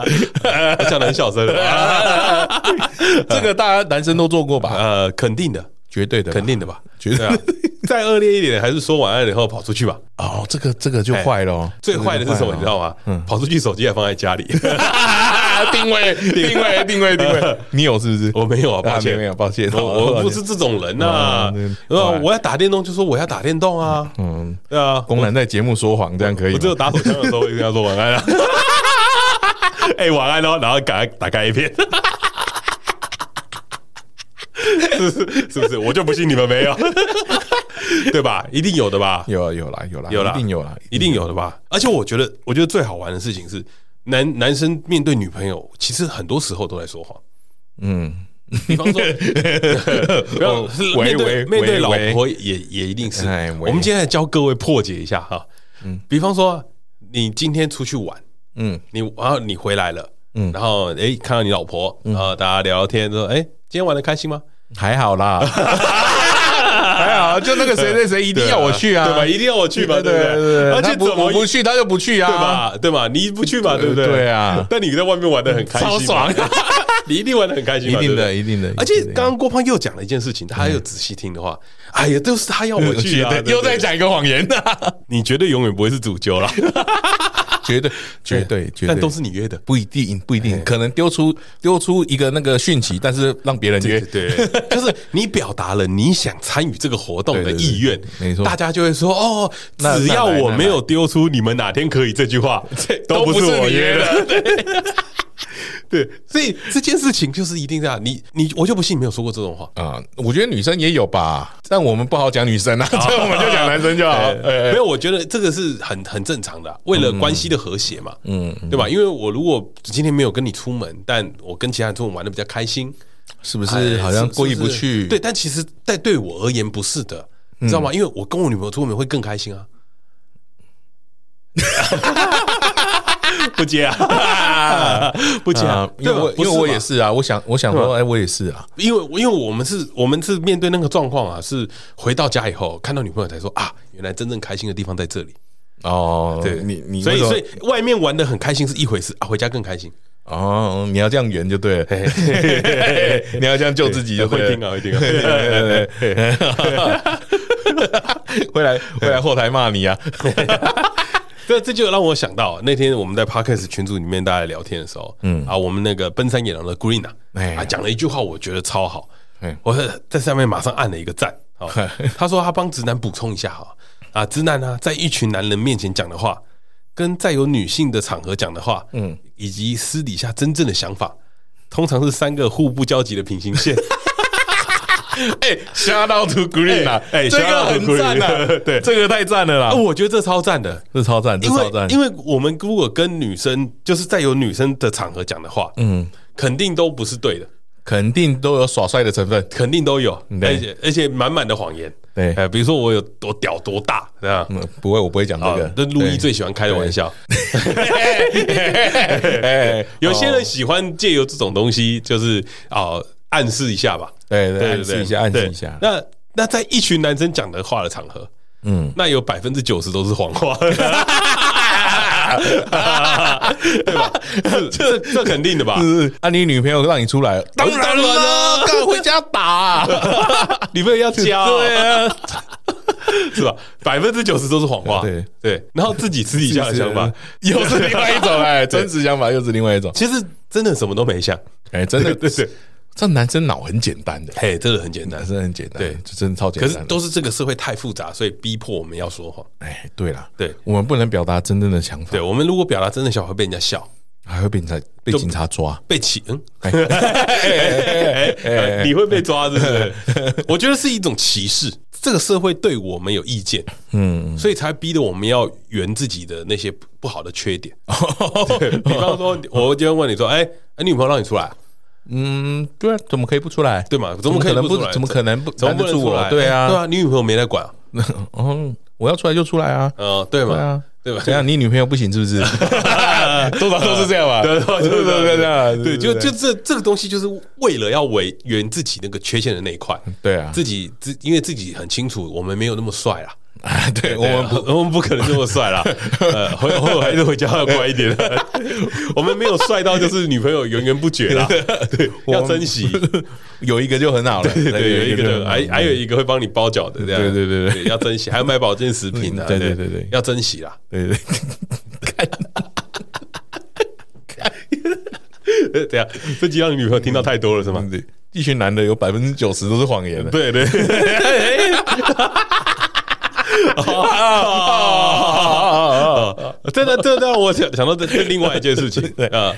[SPEAKER 3] 我讲的很小 声了吧，
[SPEAKER 2] 这个大家男生都做过吧？
[SPEAKER 3] 呃，肯定的，
[SPEAKER 2] 绝对的吧，
[SPEAKER 3] 肯定的吧？
[SPEAKER 2] 绝对
[SPEAKER 3] 对啊， 再恶劣一点，还是说晚安以后跑出去吧。
[SPEAKER 2] 哦，这个这个就坏了哦，
[SPEAKER 3] 最坏的是什么？你知道吗？
[SPEAKER 2] 嗯
[SPEAKER 3] 跑出去手机还放在家里。
[SPEAKER 2] 吗？ 定位定位定位定位，哎 你有是不是？
[SPEAKER 3] 我没有啊，抱歉，
[SPEAKER 2] 啊没有抱歉
[SPEAKER 3] 我我不是这种人呐
[SPEAKER 2] 嗯嗯。
[SPEAKER 3] 对吧？我要打电动就说我要打电动啊。嗯，对啊，
[SPEAKER 2] 公然在节目说谎，这样可以
[SPEAKER 3] 我
[SPEAKER 2] 吗
[SPEAKER 3] 只？有打手枪的时候会跟他说 晚安啊。哎，晚安哦，然后赶快打开一片。 是不是？是不是？我就不信你们没有， 对吧？一定有的吧？
[SPEAKER 2] 有啊有啦有啦
[SPEAKER 3] 有啦，
[SPEAKER 2] 一定有啦，
[SPEAKER 3] 一定有的吧？而且我觉得，我觉得最好玩的事情是，男男生面对女朋友，其实很多时候都在说谎。
[SPEAKER 2] 嗯，
[SPEAKER 3] 比 方说， 不要
[SPEAKER 2] 哦喂
[SPEAKER 3] 面对
[SPEAKER 2] 喂
[SPEAKER 3] 面对
[SPEAKER 2] 喂
[SPEAKER 3] 老
[SPEAKER 2] 喂
[SPEAKER 3] 婆也也一定是。
[SPEAKER 2] 哎
[SPEAKER 3] 我
[SPEAKER 2] 喂
[SPEAKER 3] 们今天来教各位破解一下哈。比方说，你今天出去玩，
[SPEAKER 2] 嗯，
[SPEAKER 3] 你然后你回来了，
[SPEAKER 2] 嗯
[SPEAKER 3] 然后哎看到你老婆，然后大家聊聊天，说哎今天玩的开心吗？
[SPEAKER 2] 还好啦， 还好，就那个谁谁谁一定要我去啊，
[SPEAKER 3] 对吧？一定要我去嘛，
[SPEAKER 2] 对
[SPEAKER 3] 对
[SPEAKER 2] 对
[SPEAKER 3] 不
[SPEAKER 2] 对
[SPEAKER 3] 对？
[SPEAKER 2] 对，
[SPEAKER 3] 而
[SPEAKER 2] 他
[SPEAKER 3] 且
[SPEAKER 2] 不
[SPEAKER 3] 怎么
[SPEAKER 2] 我不去，他就不去啊，
[SPEAKER 3] 对？吧？对吧？你不去嘛，对不对？
[SPEAKER 2] 对啊
[SPEAKER 3] 但你在外面玩的很开心，
[SPEAKER 2] 超爽，
[SPEAKER 3] 你一定玩的很开 心
[SPEAKER 2] 一
[SPEAKER 3] 嘛，
[SPEAKER 2] 定
[SPEAKER 3] 对不
[SPEAKER 2] 的，
[SPEAKER 3] 对
[SPEAKER 2] 一定的。
[SPEAKER 3] 而
[SPEAKER 2] 一
[SPEAKER 3] 且
[SPEAKER 2] 定的
[SPEAKER 3] 刚刚郭胖又讲了一件事情，大家又仔细听的话，哎呀，都是他要我去的啊，对不对
[SPEAKER 2] 又在，讲一个谎言呐，
[SPEAKER 3] 你绝对永远不会是主角啦，
[SPEAKER 2] 绝对绝对绝对，
[SPEAKER 3] 但都是你约的。
[SPEAKER 2] 不一定不一定，可能丢出丢出一个那个讯息，但是让别人约
[SPEAKER 3] 对，对， 对就是你表达了你想参与这个活动的
[SPEAKER 2] 对对对
[SPEAKER 3] 意愿，
[SPEAKER 2] 没错
[SPEAKER 3] 大家就会说哦，
[SPEAKER 2] 那
[SPEAKER 3] 只要
[SPEAKER 2] 那来
[SPEAKER 3] 我
[SPEAKER 2] 那
[SPEAKER 3] 没有丢出你们哪天可以 这句话，都不是我约的。
[SPEAKER 2] 的。
[SPEAKER 3] 对，所以这件事情就是一定这样。你你我就不信你没有说过这种话。
[SPEAKER 2] 啊，我觉得女生也有吧，但我们不好讲女生啊，所以我们就讲男生就好。
[SPEAKER 3] 没
[SPEAKER 2] 哎，
[SPEAKER 3] 有，我觉得这个是很很正常的啊、为了关系的和谐嘛，嗯，对吧？因为我如果今天没有跟你出门，但我跟其他人出门玩的比较开心，
[SPEAKER 2] 是不
[SPEAKER 3] 哎
[SPEAKER 2] 是好像过意不
[SPEAKER 3] 是是
[SPEAKER 2] 去？嗯
[SPEAKER 3] 对，，但其实但对我而言不是的，你知道吗？因为我跟我女朋友出门会更开 心啊。不接啊， 不接啊
[SPEAKER 2] 啊，，因为
[SPEAKER 3] 对吧
[SPEAKER 2] 我因为我也，
[SPEAKER 3] 不嘛
[SPEAKER 2] 是啊，我想我想
[SPEAKER 3] 对
[SPEAKER 2] 说，
[SPEAKER 3] 吧
[SPEAKER 2] 哎，我也是啊，
[SPEAKER 3] 因为我因为我们是我们是面对那个状况啊，是回到家以后看到女朋友才说啊，原来真正开心的地方在这里。
[SPEAKER 2] 哦，
[SPEAKER 3] 对
[SPEAKER 2] 你你
[SPEAKER 3] 所以
[SPEAKER 2] 为什么
[SPEAKER 3] 所以外面玩的很开心是一回事啊，回家更开心。
[SPEAKER 2] 哦，你要这样圆就对了， 你要这样救自己就
[SPEAKER 3] 会
[SPEAKER 2] 对
[SPEAKER 3] 听
[SPEAKER 2] 了。
[SPEAKER 3] 啊，会听啊。
[SPEAKER 2] 对对 对，会来会来后台骂你啊！
[SPEAKER 3] 对，这就让我想到那天我们在 podcast 群组里面大家聊天的时候，嗯啊，我们那个奔山野狼的 Green 啊，
[SPEAKER 2] 哎
[SPEAKER 3] 啊讲了一句话，我觉得超好
[SPEAKER 2] 哎，
[SPEAKER 3] 我在上面马上按了一个赞。哦， 他说他帮直男补充一下哈啊，直男呢、在一群男人面前讲的话，跟在有女性的场合讲的话，嗯，以及私底下真正的想法，通常是三个互不交集的平行线。
[SPEAKER 2] 哎，shout out to Green 啊，
[SPEAKER 3] 哎哎
[SPEAKER 2] 这
[SPEAKER 3] shout
[SPEAKER 2] 个
[SPEAKER 3] out to
[SPEAKER 2] 很赞啊
[SPEAKER 3] Green，，对
[SPEAKER 2] 这个太赞了
[SPEAKER 3] 啊，
[SPEAKER 2] 啦，
[SPEAKER 3] 我觉得这超赞的，
[SPEAKER 2] 这超赞，这
[SPEAKER 3] 因
[SPEAKER 2] 超
[SPEAKER 3] 为
[SPEAKER 2] 赞，
[SPEAKER 3] 因为我们如果跟女生，就是在有女生的场合讲的话，嗯，肯定都不是对的，
[SPEAKER 2] 肯定都有耍帅的成分。
[SPEAKER 3] 肯定都有，
[SPEAKER 2] 对
[SPEAKER 3] 而且而且满满的谎言，
[SPEAKER 2] 对
[SPEAKER 3] 呃，比如说我有多屌多大，对吧？
[SPEAKER 2] 嗯，不会，我不会讲这
[SPEAKER 3] 啊
[SPEAKER 2] 个。，
[SPEAKER 3] 这路易
[SPEAKER 2] 对
[SPEAKER 3] 最喜欢开的玩笑，
[SPEAKER 2] 哎，
[SPEAKER 3] 有些人喜欢借由这种东西，就是啊、暗示一下吧，
[SPEAKER 2] 对对，
[SPEAKER 3] 对
[SPEAKER 2] 暗
[SPEAKER 3] 对
[SPEAKER 2] 示
[SPEAKER 3] 对，
[SPEAKER 2] 一下，暗示
[SPEAKER 3] 对
[SPEAKER 2] 一下。
[SPEAKER 3] 那那在一群男生讲的话的场合，嗯，那有百分之九十都是 谎话。对吧？是这这肯定的吧？
[SPEAKER 2] 是啊，你女朋友让你出来，当
[SPEAKER 3] 然了
[SPEAKER 2] 了，干回家打啊，
[SPEAKER 3] 女朋友要教、
[SPEAKER 2] 对啊，
[SPEAKER 3] 是吧？百分之九十都是谎话，
[SPEAKER 2] 对
[SPEAKER 3] 对。然后自己私底下的想 法，
[SPEAKER 2] 又 是另外一种哎，真实想法又是另外一种
[SPEAKER 3] 其实真的什么都没想，
[SPEAKER 2] 哎，真的，
[SPEAKER 3] 对对，
[SPEAKER 2] 这男生脑很简单的，
[SPEAKER 3] 嘿，真的很简单
[SPEAKER 2] 男。生很简单，
[SPEAKER 3] 对
[SPEAKER 2] 这真的超简
[SPEAKER 3] 可
[SPEAKER 2] 单
[SPEAKER 3] 是
[SPEAKER 2] 的。
[SPEAKER 3] 都是这个社会太复杂，所以逼迫我们要说谎。
[SPEAKER 2] 哎，对啦，
[SPEAKER 3] 对
[SPEAKER 2] 我们不能表达真正的想法
[SPEAKER 3] 对，我们如果表达真的想，会被人家笑，
[SPEAKER 2] 还会被警察被警察抓。
[SPEAKER 3] 被起嗯，
[SPEAKER 2] 哎哎
[SPEAKER 3] 哎你会被抓，是不是？我觉得是一种歧视，这个社会对我们有意见，嗯，所以才逼得我们要圆自己的那些不好的缺点。比方说，我今天问你说，哎，哎你女朋友让你出来啊，
[SPEAKER 2] 嗯，对啊，怎么可以不出来？
[SPEAKER 3] 对嘛？怎
[SPEAKER 2] 怎
[SPEAKER 3] 么
[SPEAKER 2] 么
[SPEAKER 3] 可
[SPEAKER 2] 可
[SPEAKER 3] 以
[SPEAKER 2] 能
[SPEAKER 3] 不
[SPEAKER 2] 不
[SPEAKER 3] 出来？
[SPEAKER 2] 怎么可能不
[SPEAKER 3] 怎么
[SPEAKER 2] 拦得
[SPEAKER 3] 不能
[SPEAKER 2] 住
[SPEAKER 3] 出
[SPEAKER 2] 我
[SPEAKER 3] 来？
[SPEAKER 2] 对啊，
[SPEAKER 3] 对啊，你女朋友没来管啊，
[SPEAKER 2] 哦，我要出来就出来啊。
[SPEAKER 3] 呃，对
[SPEAKER 2] 对
[SPEAKER 3] 嘛
[SPEAKER 2] 啊，
[SPEAKER 3] 对吧？
[SPEAKER 2] 怎样？你女朋友不行是不 是？
[SPEAKER 3] 多少
[SPEAKER 2] 都是这样吧
[SPEAKER 3] 对对对
[SPEAKER 2] 对
[SPEAKER 3] 对
[SPEAKER 2] 对
[SPEAKER 3] 对
[SPEAKER 2] 对
[SPEAKER 3] 对，
[SPEAKER 2] 对
[SPEAKER 3] 就
[SPEAKER 2] 对
[SPEAKER 3] 就这这个东西，就是为了要维圆自己那个缺陷的那一块，
[SPEAKER 2] 对啊，
[SPEAKER 3] 自己自因为自己很清楚，我们没有那么帅啦。
[SPEAKER 2] 啊，对我们不，
[SPEAKER 3] 不，我们不可能这么 帅啦。呃，回后还是回家要乖一点。我们没有帅到就是女朋友源源不绝 啦，对，
[SPEAKER 2] 我们
[SPEAKER 3] 要珍 惜。
[SPEAKER 2] 有一个就很好了，
[SPEAKER 3] 对对，有一
[SPEAKER 2] 就
[SPEAKER 3] 个
[SPEAKER 2] 很
[SPEAKER 3] 的，
[SPEAKER 2] 好
[SPEAKER 3] 还还有一个会帮你包饺的，这样
[SPEAKER 2] 对对对对
[SPEAKER 3] 要珍惜，还有卖保健食品的，啊
[SPEAKER 2] 嗯对对对对
[SPEAKER 3] 要珍惜啦。
[SPEAKER 2] 对 对，
[SPEAKER 3] 呃怎样？这集让你女朋友听到太多了是吗？
[SPEAKER 2] 嗯 对一群男的有百分之九十都是谎言的。
[SPEAKER 3] 对对。哎哦， 真的，这让我想想到这这另外一件事情啊，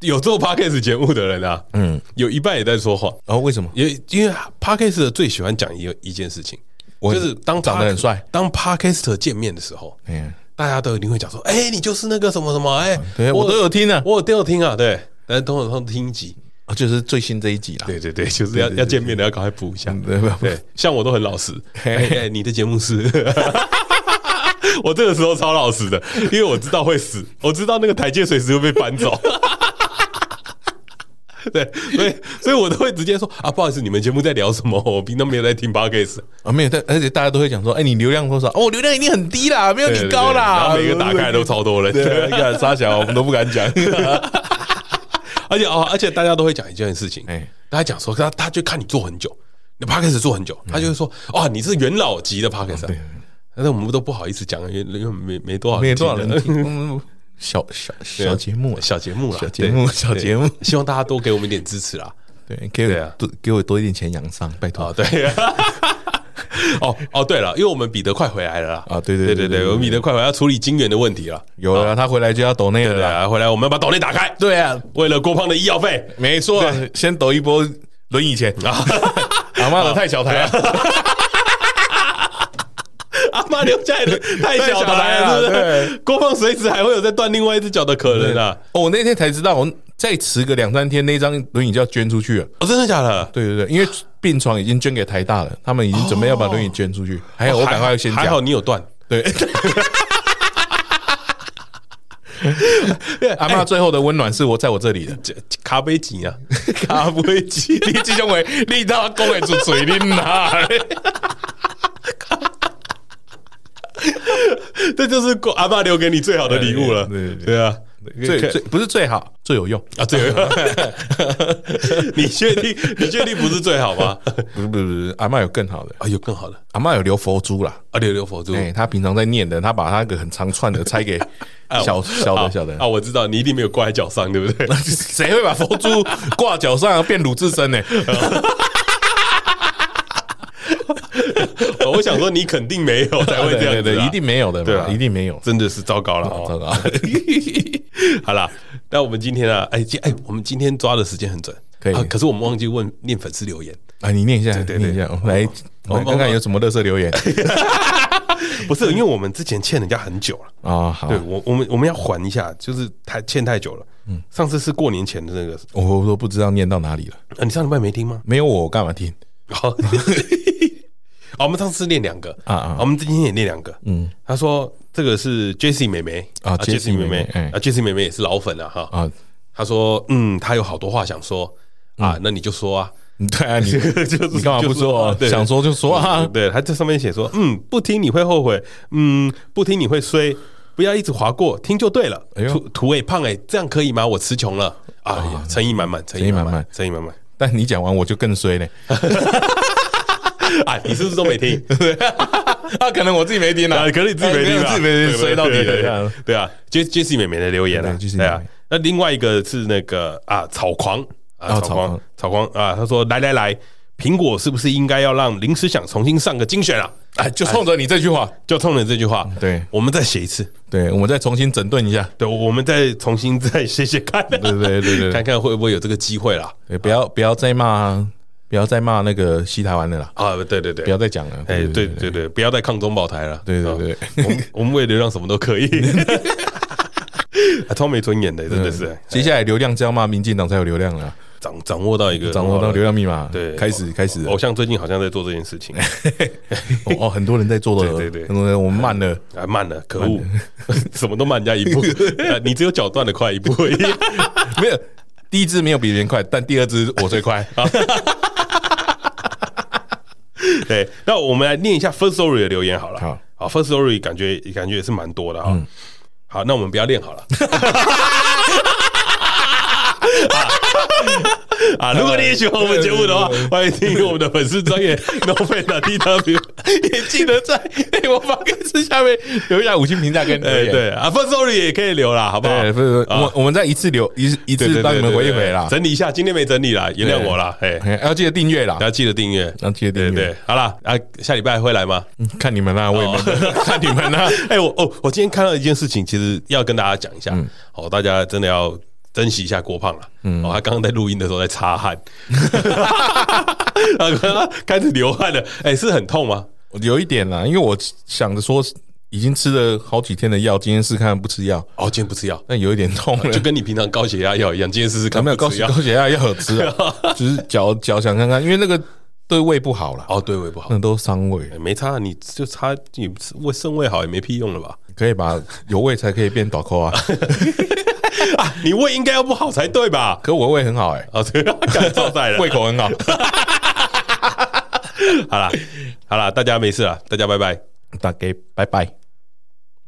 [SPEAKER 3] 有做 podcast 节目的人啊，嗯，有一半也在说谎，
[SPEAKER 2] 哦然后为什么？
[SPEAKER 3] 也因为 podcast 最喜欢讲一一件事情，
[SPEAKER 2] 我
[SPEAKER 3] 就是当
[SPEAKER 2] 长得
[SPEAKER 3] pod-
[SPEAKER 2] 很帅
[SPEAKER 3] 当 podcast 见面的时候，
[SPEAKER 2] 哎呀，嗯
[SPEAKER 3] 大家都一定会讲说，哎、你就是那个什么什么，哎、
[SPEAKER 2] 对我都有听呢，
[SPEAKER 3] 我有都有听啊，对，但是通常都听一集，
[SPEAKER 2] 啊就是最新这一集啦。
[SPEAKER 3] 对对对，就是要
[SPEAKER 2] 对对对
[SPEAKER 3] 要见面的要赶快补一下，
[SPEAKER 2] 嗯对不
[SPEAKER 3] 对，像我都很老实，哎哎你的节目是。 我这个时候超老实的，因为我知道会死，我知道那个台阶随时会被搬走。 对，所以所以我都会直接说啊，不好意思，你们节目在聊什么？我平常没有在听 podcast。
[SPEAKER 2] 啊，没有，但而且大家都会讲说，哎，你流量多少？哦，我流量一定 很低啦，没有
[SPEAKER 3] 对
[SPEAKER 2] 你
[SPEAKER 3] 对
[SPEAKER 2] 高啦。
[SPEAKER 3] 对然后每个打开都超多人，
[SPEAKER 2] 对，敢傻小，我们都不敢 讲。
[SPEAKER 3] 而且哦，而且大家都会讲一件事情，
[SPEAKER 2] 哎
[SPEAKER 3] 大家讲说他他就看你做很久，你 p o d c a s 做很久，他就会说哦，你是元老级的 p o d c a
[SPEAKER 2] 嗯哦
[SPEAKER 3] s
[SPEAKER 2] 对
[SPEAKER 3] 但是我们都不好意思讲，因为因为没没多少
[SPEAKER 2] 没多少人
[SPEAKER 3] 听的
[SPEAKER 2] 听，嗯小小
[SPEAKER 3] 对啊
[SPEAKER 2] 小节目啊，
[SPEAKER 3] 小节目啦，
[SPEAKER 2] 小节目
[SPEAKER 3] 对
[SPEAKER 2] 小节目
[SPEAKER 3] 对希望大家多给我们一点支持啦。
[SPEAKER 2] 对，给
[SPEAKER 3] 对啊
[SPEAKER 2] 我多给我多一点钱养伤，拜托
[SPEAKER 3] 啊，。对。哦哦，对了，因为我们彼得快回来了啦
[SPEAKER 2] 啊对对
[SPEAKER 3] 对
[SPEAKER 2] 对对
[SPEAKER 3] 对，
[SPEAKER 2] 对
[SPEAKER 3] 我们彼得快回来要处理金元的问题了。
[SPEAKER 2] 有了，他回来就要抖内
[SPEAKER 3] 对
[SPEAKER 2] 了啦。
[SPEAKER 3] 啊，回来我们要把斗内打开，
[SPEAKER 2] 啊对啊，
[SPEAKER 3] 为了郭胖的医药费，
[SPEAKER 2] 没错，先抖一波轮椅钱 啊！阿妈的太小台啊了，
[SPEAKER 3] 阿妈留下来的太小台了，
[SPEAKER 2] 太小
[SPEAKER 3] 是不
[SPEAKER 2] 台
[SPEAKER 3] 是？郭放随时还会有再断另外一只脚的可能啊！
[SPEAKER 2] 哦，我那天才知道，我再迟个两三天，那张轮椅就要捐出去了。
[SPEAKER 3] 哦，真的假的？
[SPEAKER 2] 对对对，因为病床已经捐给台大了，他们已经准备要把轮椅捐出去。哦还
[SPEAKER 3] 哎
[SPEAKER 2] 有，我赶快先
[SPEAKER 3] 还好
[SPEAKER 2] 讲，
[SPEAKER 3] 你有断。
[SPEAKER 2] 对。 阿妈最后的温暖是我在我这里的，
[SPEAKER 3] 这咖啡机啊， 咖啡机，
[SPEAKER 2] 你这种为力道公会出嘴你哪？
[SPEAKER 3] 这就是郭阿爸留给你最好的礼物了。
[SPEAKER 2] 对对对
[SPEAKER 3] 对啊，
[SPEAKER 2] 最最不是最好，最有用。
[SPEAKER 3] 啊， 最后，你确定你确定不是最好吗？
[SPEAKER 2] 不是不是不是，阿妈有更好的，
[SPEAKER 3] 啊，有更好的
[SPEAKER 2] 阿妈有留佛珠啦。
[SPEAKER 3] 啊，留留佛珠。
[SPEAKER 2] 哎、他平常在念的，他把他那个很长串的 拆给小、小
[SPEAKER 3] 好
[SPEAKER 2] 的小的，
[SPEAKER 3] 啊，我知道你一定没有挂在脚上，对不 对？
[SPEAKER 2] 谁会把佛珠挂脚上变鲁智深 呢、
[SPEAKER 3] 我想说你肯定没有才会这样子啊，
[SPEAKER 2] 对对对，一定没有的嘛，
[SPEAKER 3] 对啊
[SPEAKER 2] 一定没有。
[SPEAKER 3] 真的是糟糕了、哦，
[SPEAKER 2] 糟糕
[SPEAKER 3] 好啦，那我们今天啊，哎、今哎、我们今天抓的时间很准，
[SPEAKER 2] 可以
[SPEAKER 3] 啊。可是我们忘记问念粉 丝留言，
[SPEAKER 2] 啊，你念一下，
[SPEAKER 3] 对对
[SPEAKER 2] 念一下，我们来，我们看看有什么乐色留 言
[SPEAKER 3] 不是因为我们之前欠人家很久了，
[SPEAKER 2] 啊。好
[SPEAKER 3] 对，我我们我们要还一下，就是太欠太久了。嗯，上次是过年前的那个，
[SPEAKER 2] 我我都不知道念到哪里了，
[SPEAKER 3] 啊、你上礼拜没听吗？
[SPEAKER 2] 没有我我干嘛听？
[SPEAKER 3] 好， 好我们上次念两个
[SPEAKER 2] 啊啊
[SPEAKER 3] 我们今天也念两个。嗯，他说这个是 Jessie 妹妹
[SPEAKER 2] 啊 Jessie 妹妹哎
[SPEAKER 3] 啊 Jessie 妹妹也是老粉了哈。
[SPEAKER 2] 啊，
[SPEAKER 3] 他说嗯，他有好多话想说啊，那你就说啊。
[SPEAKER 2] 对啊，你
[SPEAKER 3] 就是
[SPEAKER 2] 嗯你干嘛不说
[SPEAKER 3] 就是对？
[SPEAKER 2] 想说就说啊。
[SPEAKER 3] 对，他这上面写说，嗯，不听你会后悔，嗯，不听你会衰，不要一直划过，听就对了。
[SPEAKER 2] 哎呦哦
[SPEAKER 3] 土土尾胖哎、这样可以吗？我词穷了，哎呀，诚意满满，诚意满满，诚意满满。
[SPEAKER 2] 但你讲完我就更衰嘞，
[SPEAKER 3] 啊，你是不是都没听？
[SPEAKER 2] 啊，可能我自己没听
[SPEAKER 3] 啊，
[SPEAKER 2] 啦，
[SPEAKER 3] 可是你自己没听
[SPEAKER 2] 啊
[SPEAKER 3] 啊，
[SPEAKER 2] 自己没听，衰到底
[SPEAKER 3] 对对对
[SPEAKER 2] 了。
[SPEAKER 3] 对对啊，J J C 妹妹的留言啊，
[SPEAKER 2] 对，Jessie
[SPEAKER 3] 对啊
[SPEAKER 2] 妹妹。
[SPEAKER 3] 那另外一个是那个啊，草狂
[SPEAKER 2] 啊
[SPEAKER 3] 啊，草
[SPEAKER 2] 草
[SPEAKER 3] 狂
[SPEAKER 2] 狂，
[SPEAKER 3] 草狂啊，他说来来来，苹果是不是应该要让临时想重新上个精选啊？
[SPEAKER 2] 哎，就冲着你这句话，
[SPEAKER 3] 就冲着这句话，
[SPEAKER 2] 嗯对
[SPEAKER 3] 我们再写一次，
[SPEAKER 2] 对，我们再重新整顿一下。
[SPEAKER 3] 对，我们再重新再写写看，对
[SPEAKER 2] 对对对对
[SPEAKER 3] 看看会不会有这个机会啦。
[SPEAKER 2] 对，不要不要再骂，不要再骂那个西台湾的啦，
[SPEAKER 3] 啊，对对对，
[SPEAKER 2] 不要再讲了。
[SPEAKER 3] 哎，
[SPEAKER 2] 对
[SPEAKER 3] 对对对，不要再抗中保台了。啊
[SPEAKER 2] 对对
[SPEAKER 3] 对，我们我们为流量什么 都可以，啊还超没尊严的，真的是
[SPEAKER 2] 接下来流量只要骂民进党才有流量了，
[SPEAKER 3] 掌掌握到一个
[SPEAKER 2] 掌握到流量密码，
[SPEAKER 3] 对
[SPEAKER 2] 开始开始了
[SPEAKER 3] 偶像最近好像在做这件事情，
[SPEAKER 2] 哦哦，很多人在做的，
[SPEAKER 3] 对对对
[SPEAKER 2] 很多人我们慢了，
[SPEAKER 3] 啊，慢了，可恶，什么都慢人家一步，啊你只有脚断的快一步而已。
[SPEAKER 2] 没有第一支没有比别人快，但第二支我最快。
[SPEAKER 3] 对，那我们来念一下 First Story 的留言好了。
[SPEAKER 2] 好
[SPEAKER 3] 好，First Story 感觉感觉也是蛮多的啊、好，那我们不要念好了。啊，啊如果你也喜欢我们节目的话，欢迎订阅我们的粉丝专业 No f a i D W，也记得在
[SPEAKER 2] 哎，我发 给是下面留下五星评价跟留
[SPEAKER 3] 哎
[SPEAKER 2] 言。
[SPEAKER 3] 对啊，First Story 也可以留啦，好不好？
[SPEAKER 2] 对，不是
[SPEAKER 3] 啊
[SPEAKER 2] 我我们再一次留一一
[SPEAKER 3] 对对
[SPEAKER 2] 次
[SPEAKER 3] 对
[SPEAKER 2] 帮你们
[SPEAKER 3] 对
[SPEAKER 2] 回一
[SPEAKER 3] 对
[SPEAKER 2] 回啦，
[SPEAKER 3] 整理一下，今天没整理啦，原谅我啦，哎，
[SPEAKER 2] 哎要记得订阅啦
[SPEAKER 3] 大，家记得订阅，
[SPEAKER 2] 要记得
[SPEAKER 3] 对
[SPEAKER 2] 啊订
[SPEAKER 3] 对哦
[SPEAKER 2] 阅，，
[SPEAKER 3] 好啦，啊，下礼拜会来吗？
[SPEAKER 2] 嗯看你们啦，我也没
[SPEAKER 3] 看你们呢、哎、我哦，我今天看到一件事情，其实要跟大家讲一下，
[SPEAKER 2] 嗯
[SPEAKER 3] 哦，大家真的要珍惜一下郭胖了。嗯，哦，他刚刚在录音的时候在擦汗， 啊，开始流汗了。哎、是很痛吗？
[SPEAKER 2] 有一点啦，因为我想着说已经吃了好几天的药，今天试看看不吃药，
[SPEAKER 3] 哦，今天不吃药，
[SPEAKER 2] 但有一点痛了，
[SPEAKER 3] 就跟你平常高血压药一样，今天试试看
[SPEAKER 2] 嗯 没有
[SPEAKER 3] 不
[SPEAKER 2] 高
[SPEAKER 3] 吃
[SPEAKER 2] 血
[SPEAKER 3] 药
[SPEAKER 2] 高血压要有吃 啊，就是脚脚想看看，因为那个对胃不好啦，
[SPEAKER 3] 哦，对胃不好
[SPEAKER 2] 那，都伤胃
[SPEAKER 3] 哎，没差，你就差你胃肾胃好也没屁用了吧？
[SPEAKER 2] 可以把有胃才可以变倒扣 啊，
[SPEAKER 3] 啊，你胃应该要不好才对吧？
[SPEAKER 2] 可我胃很好哎、
[SPEAKER 3] 哦，对， 干造在了，
[SPEAKER 2] 胃口很好，
[SPEAKER 3] 好啦，好啦，大家没事了，大家拜拜。
[SPEAKER 2] 大家拜拜。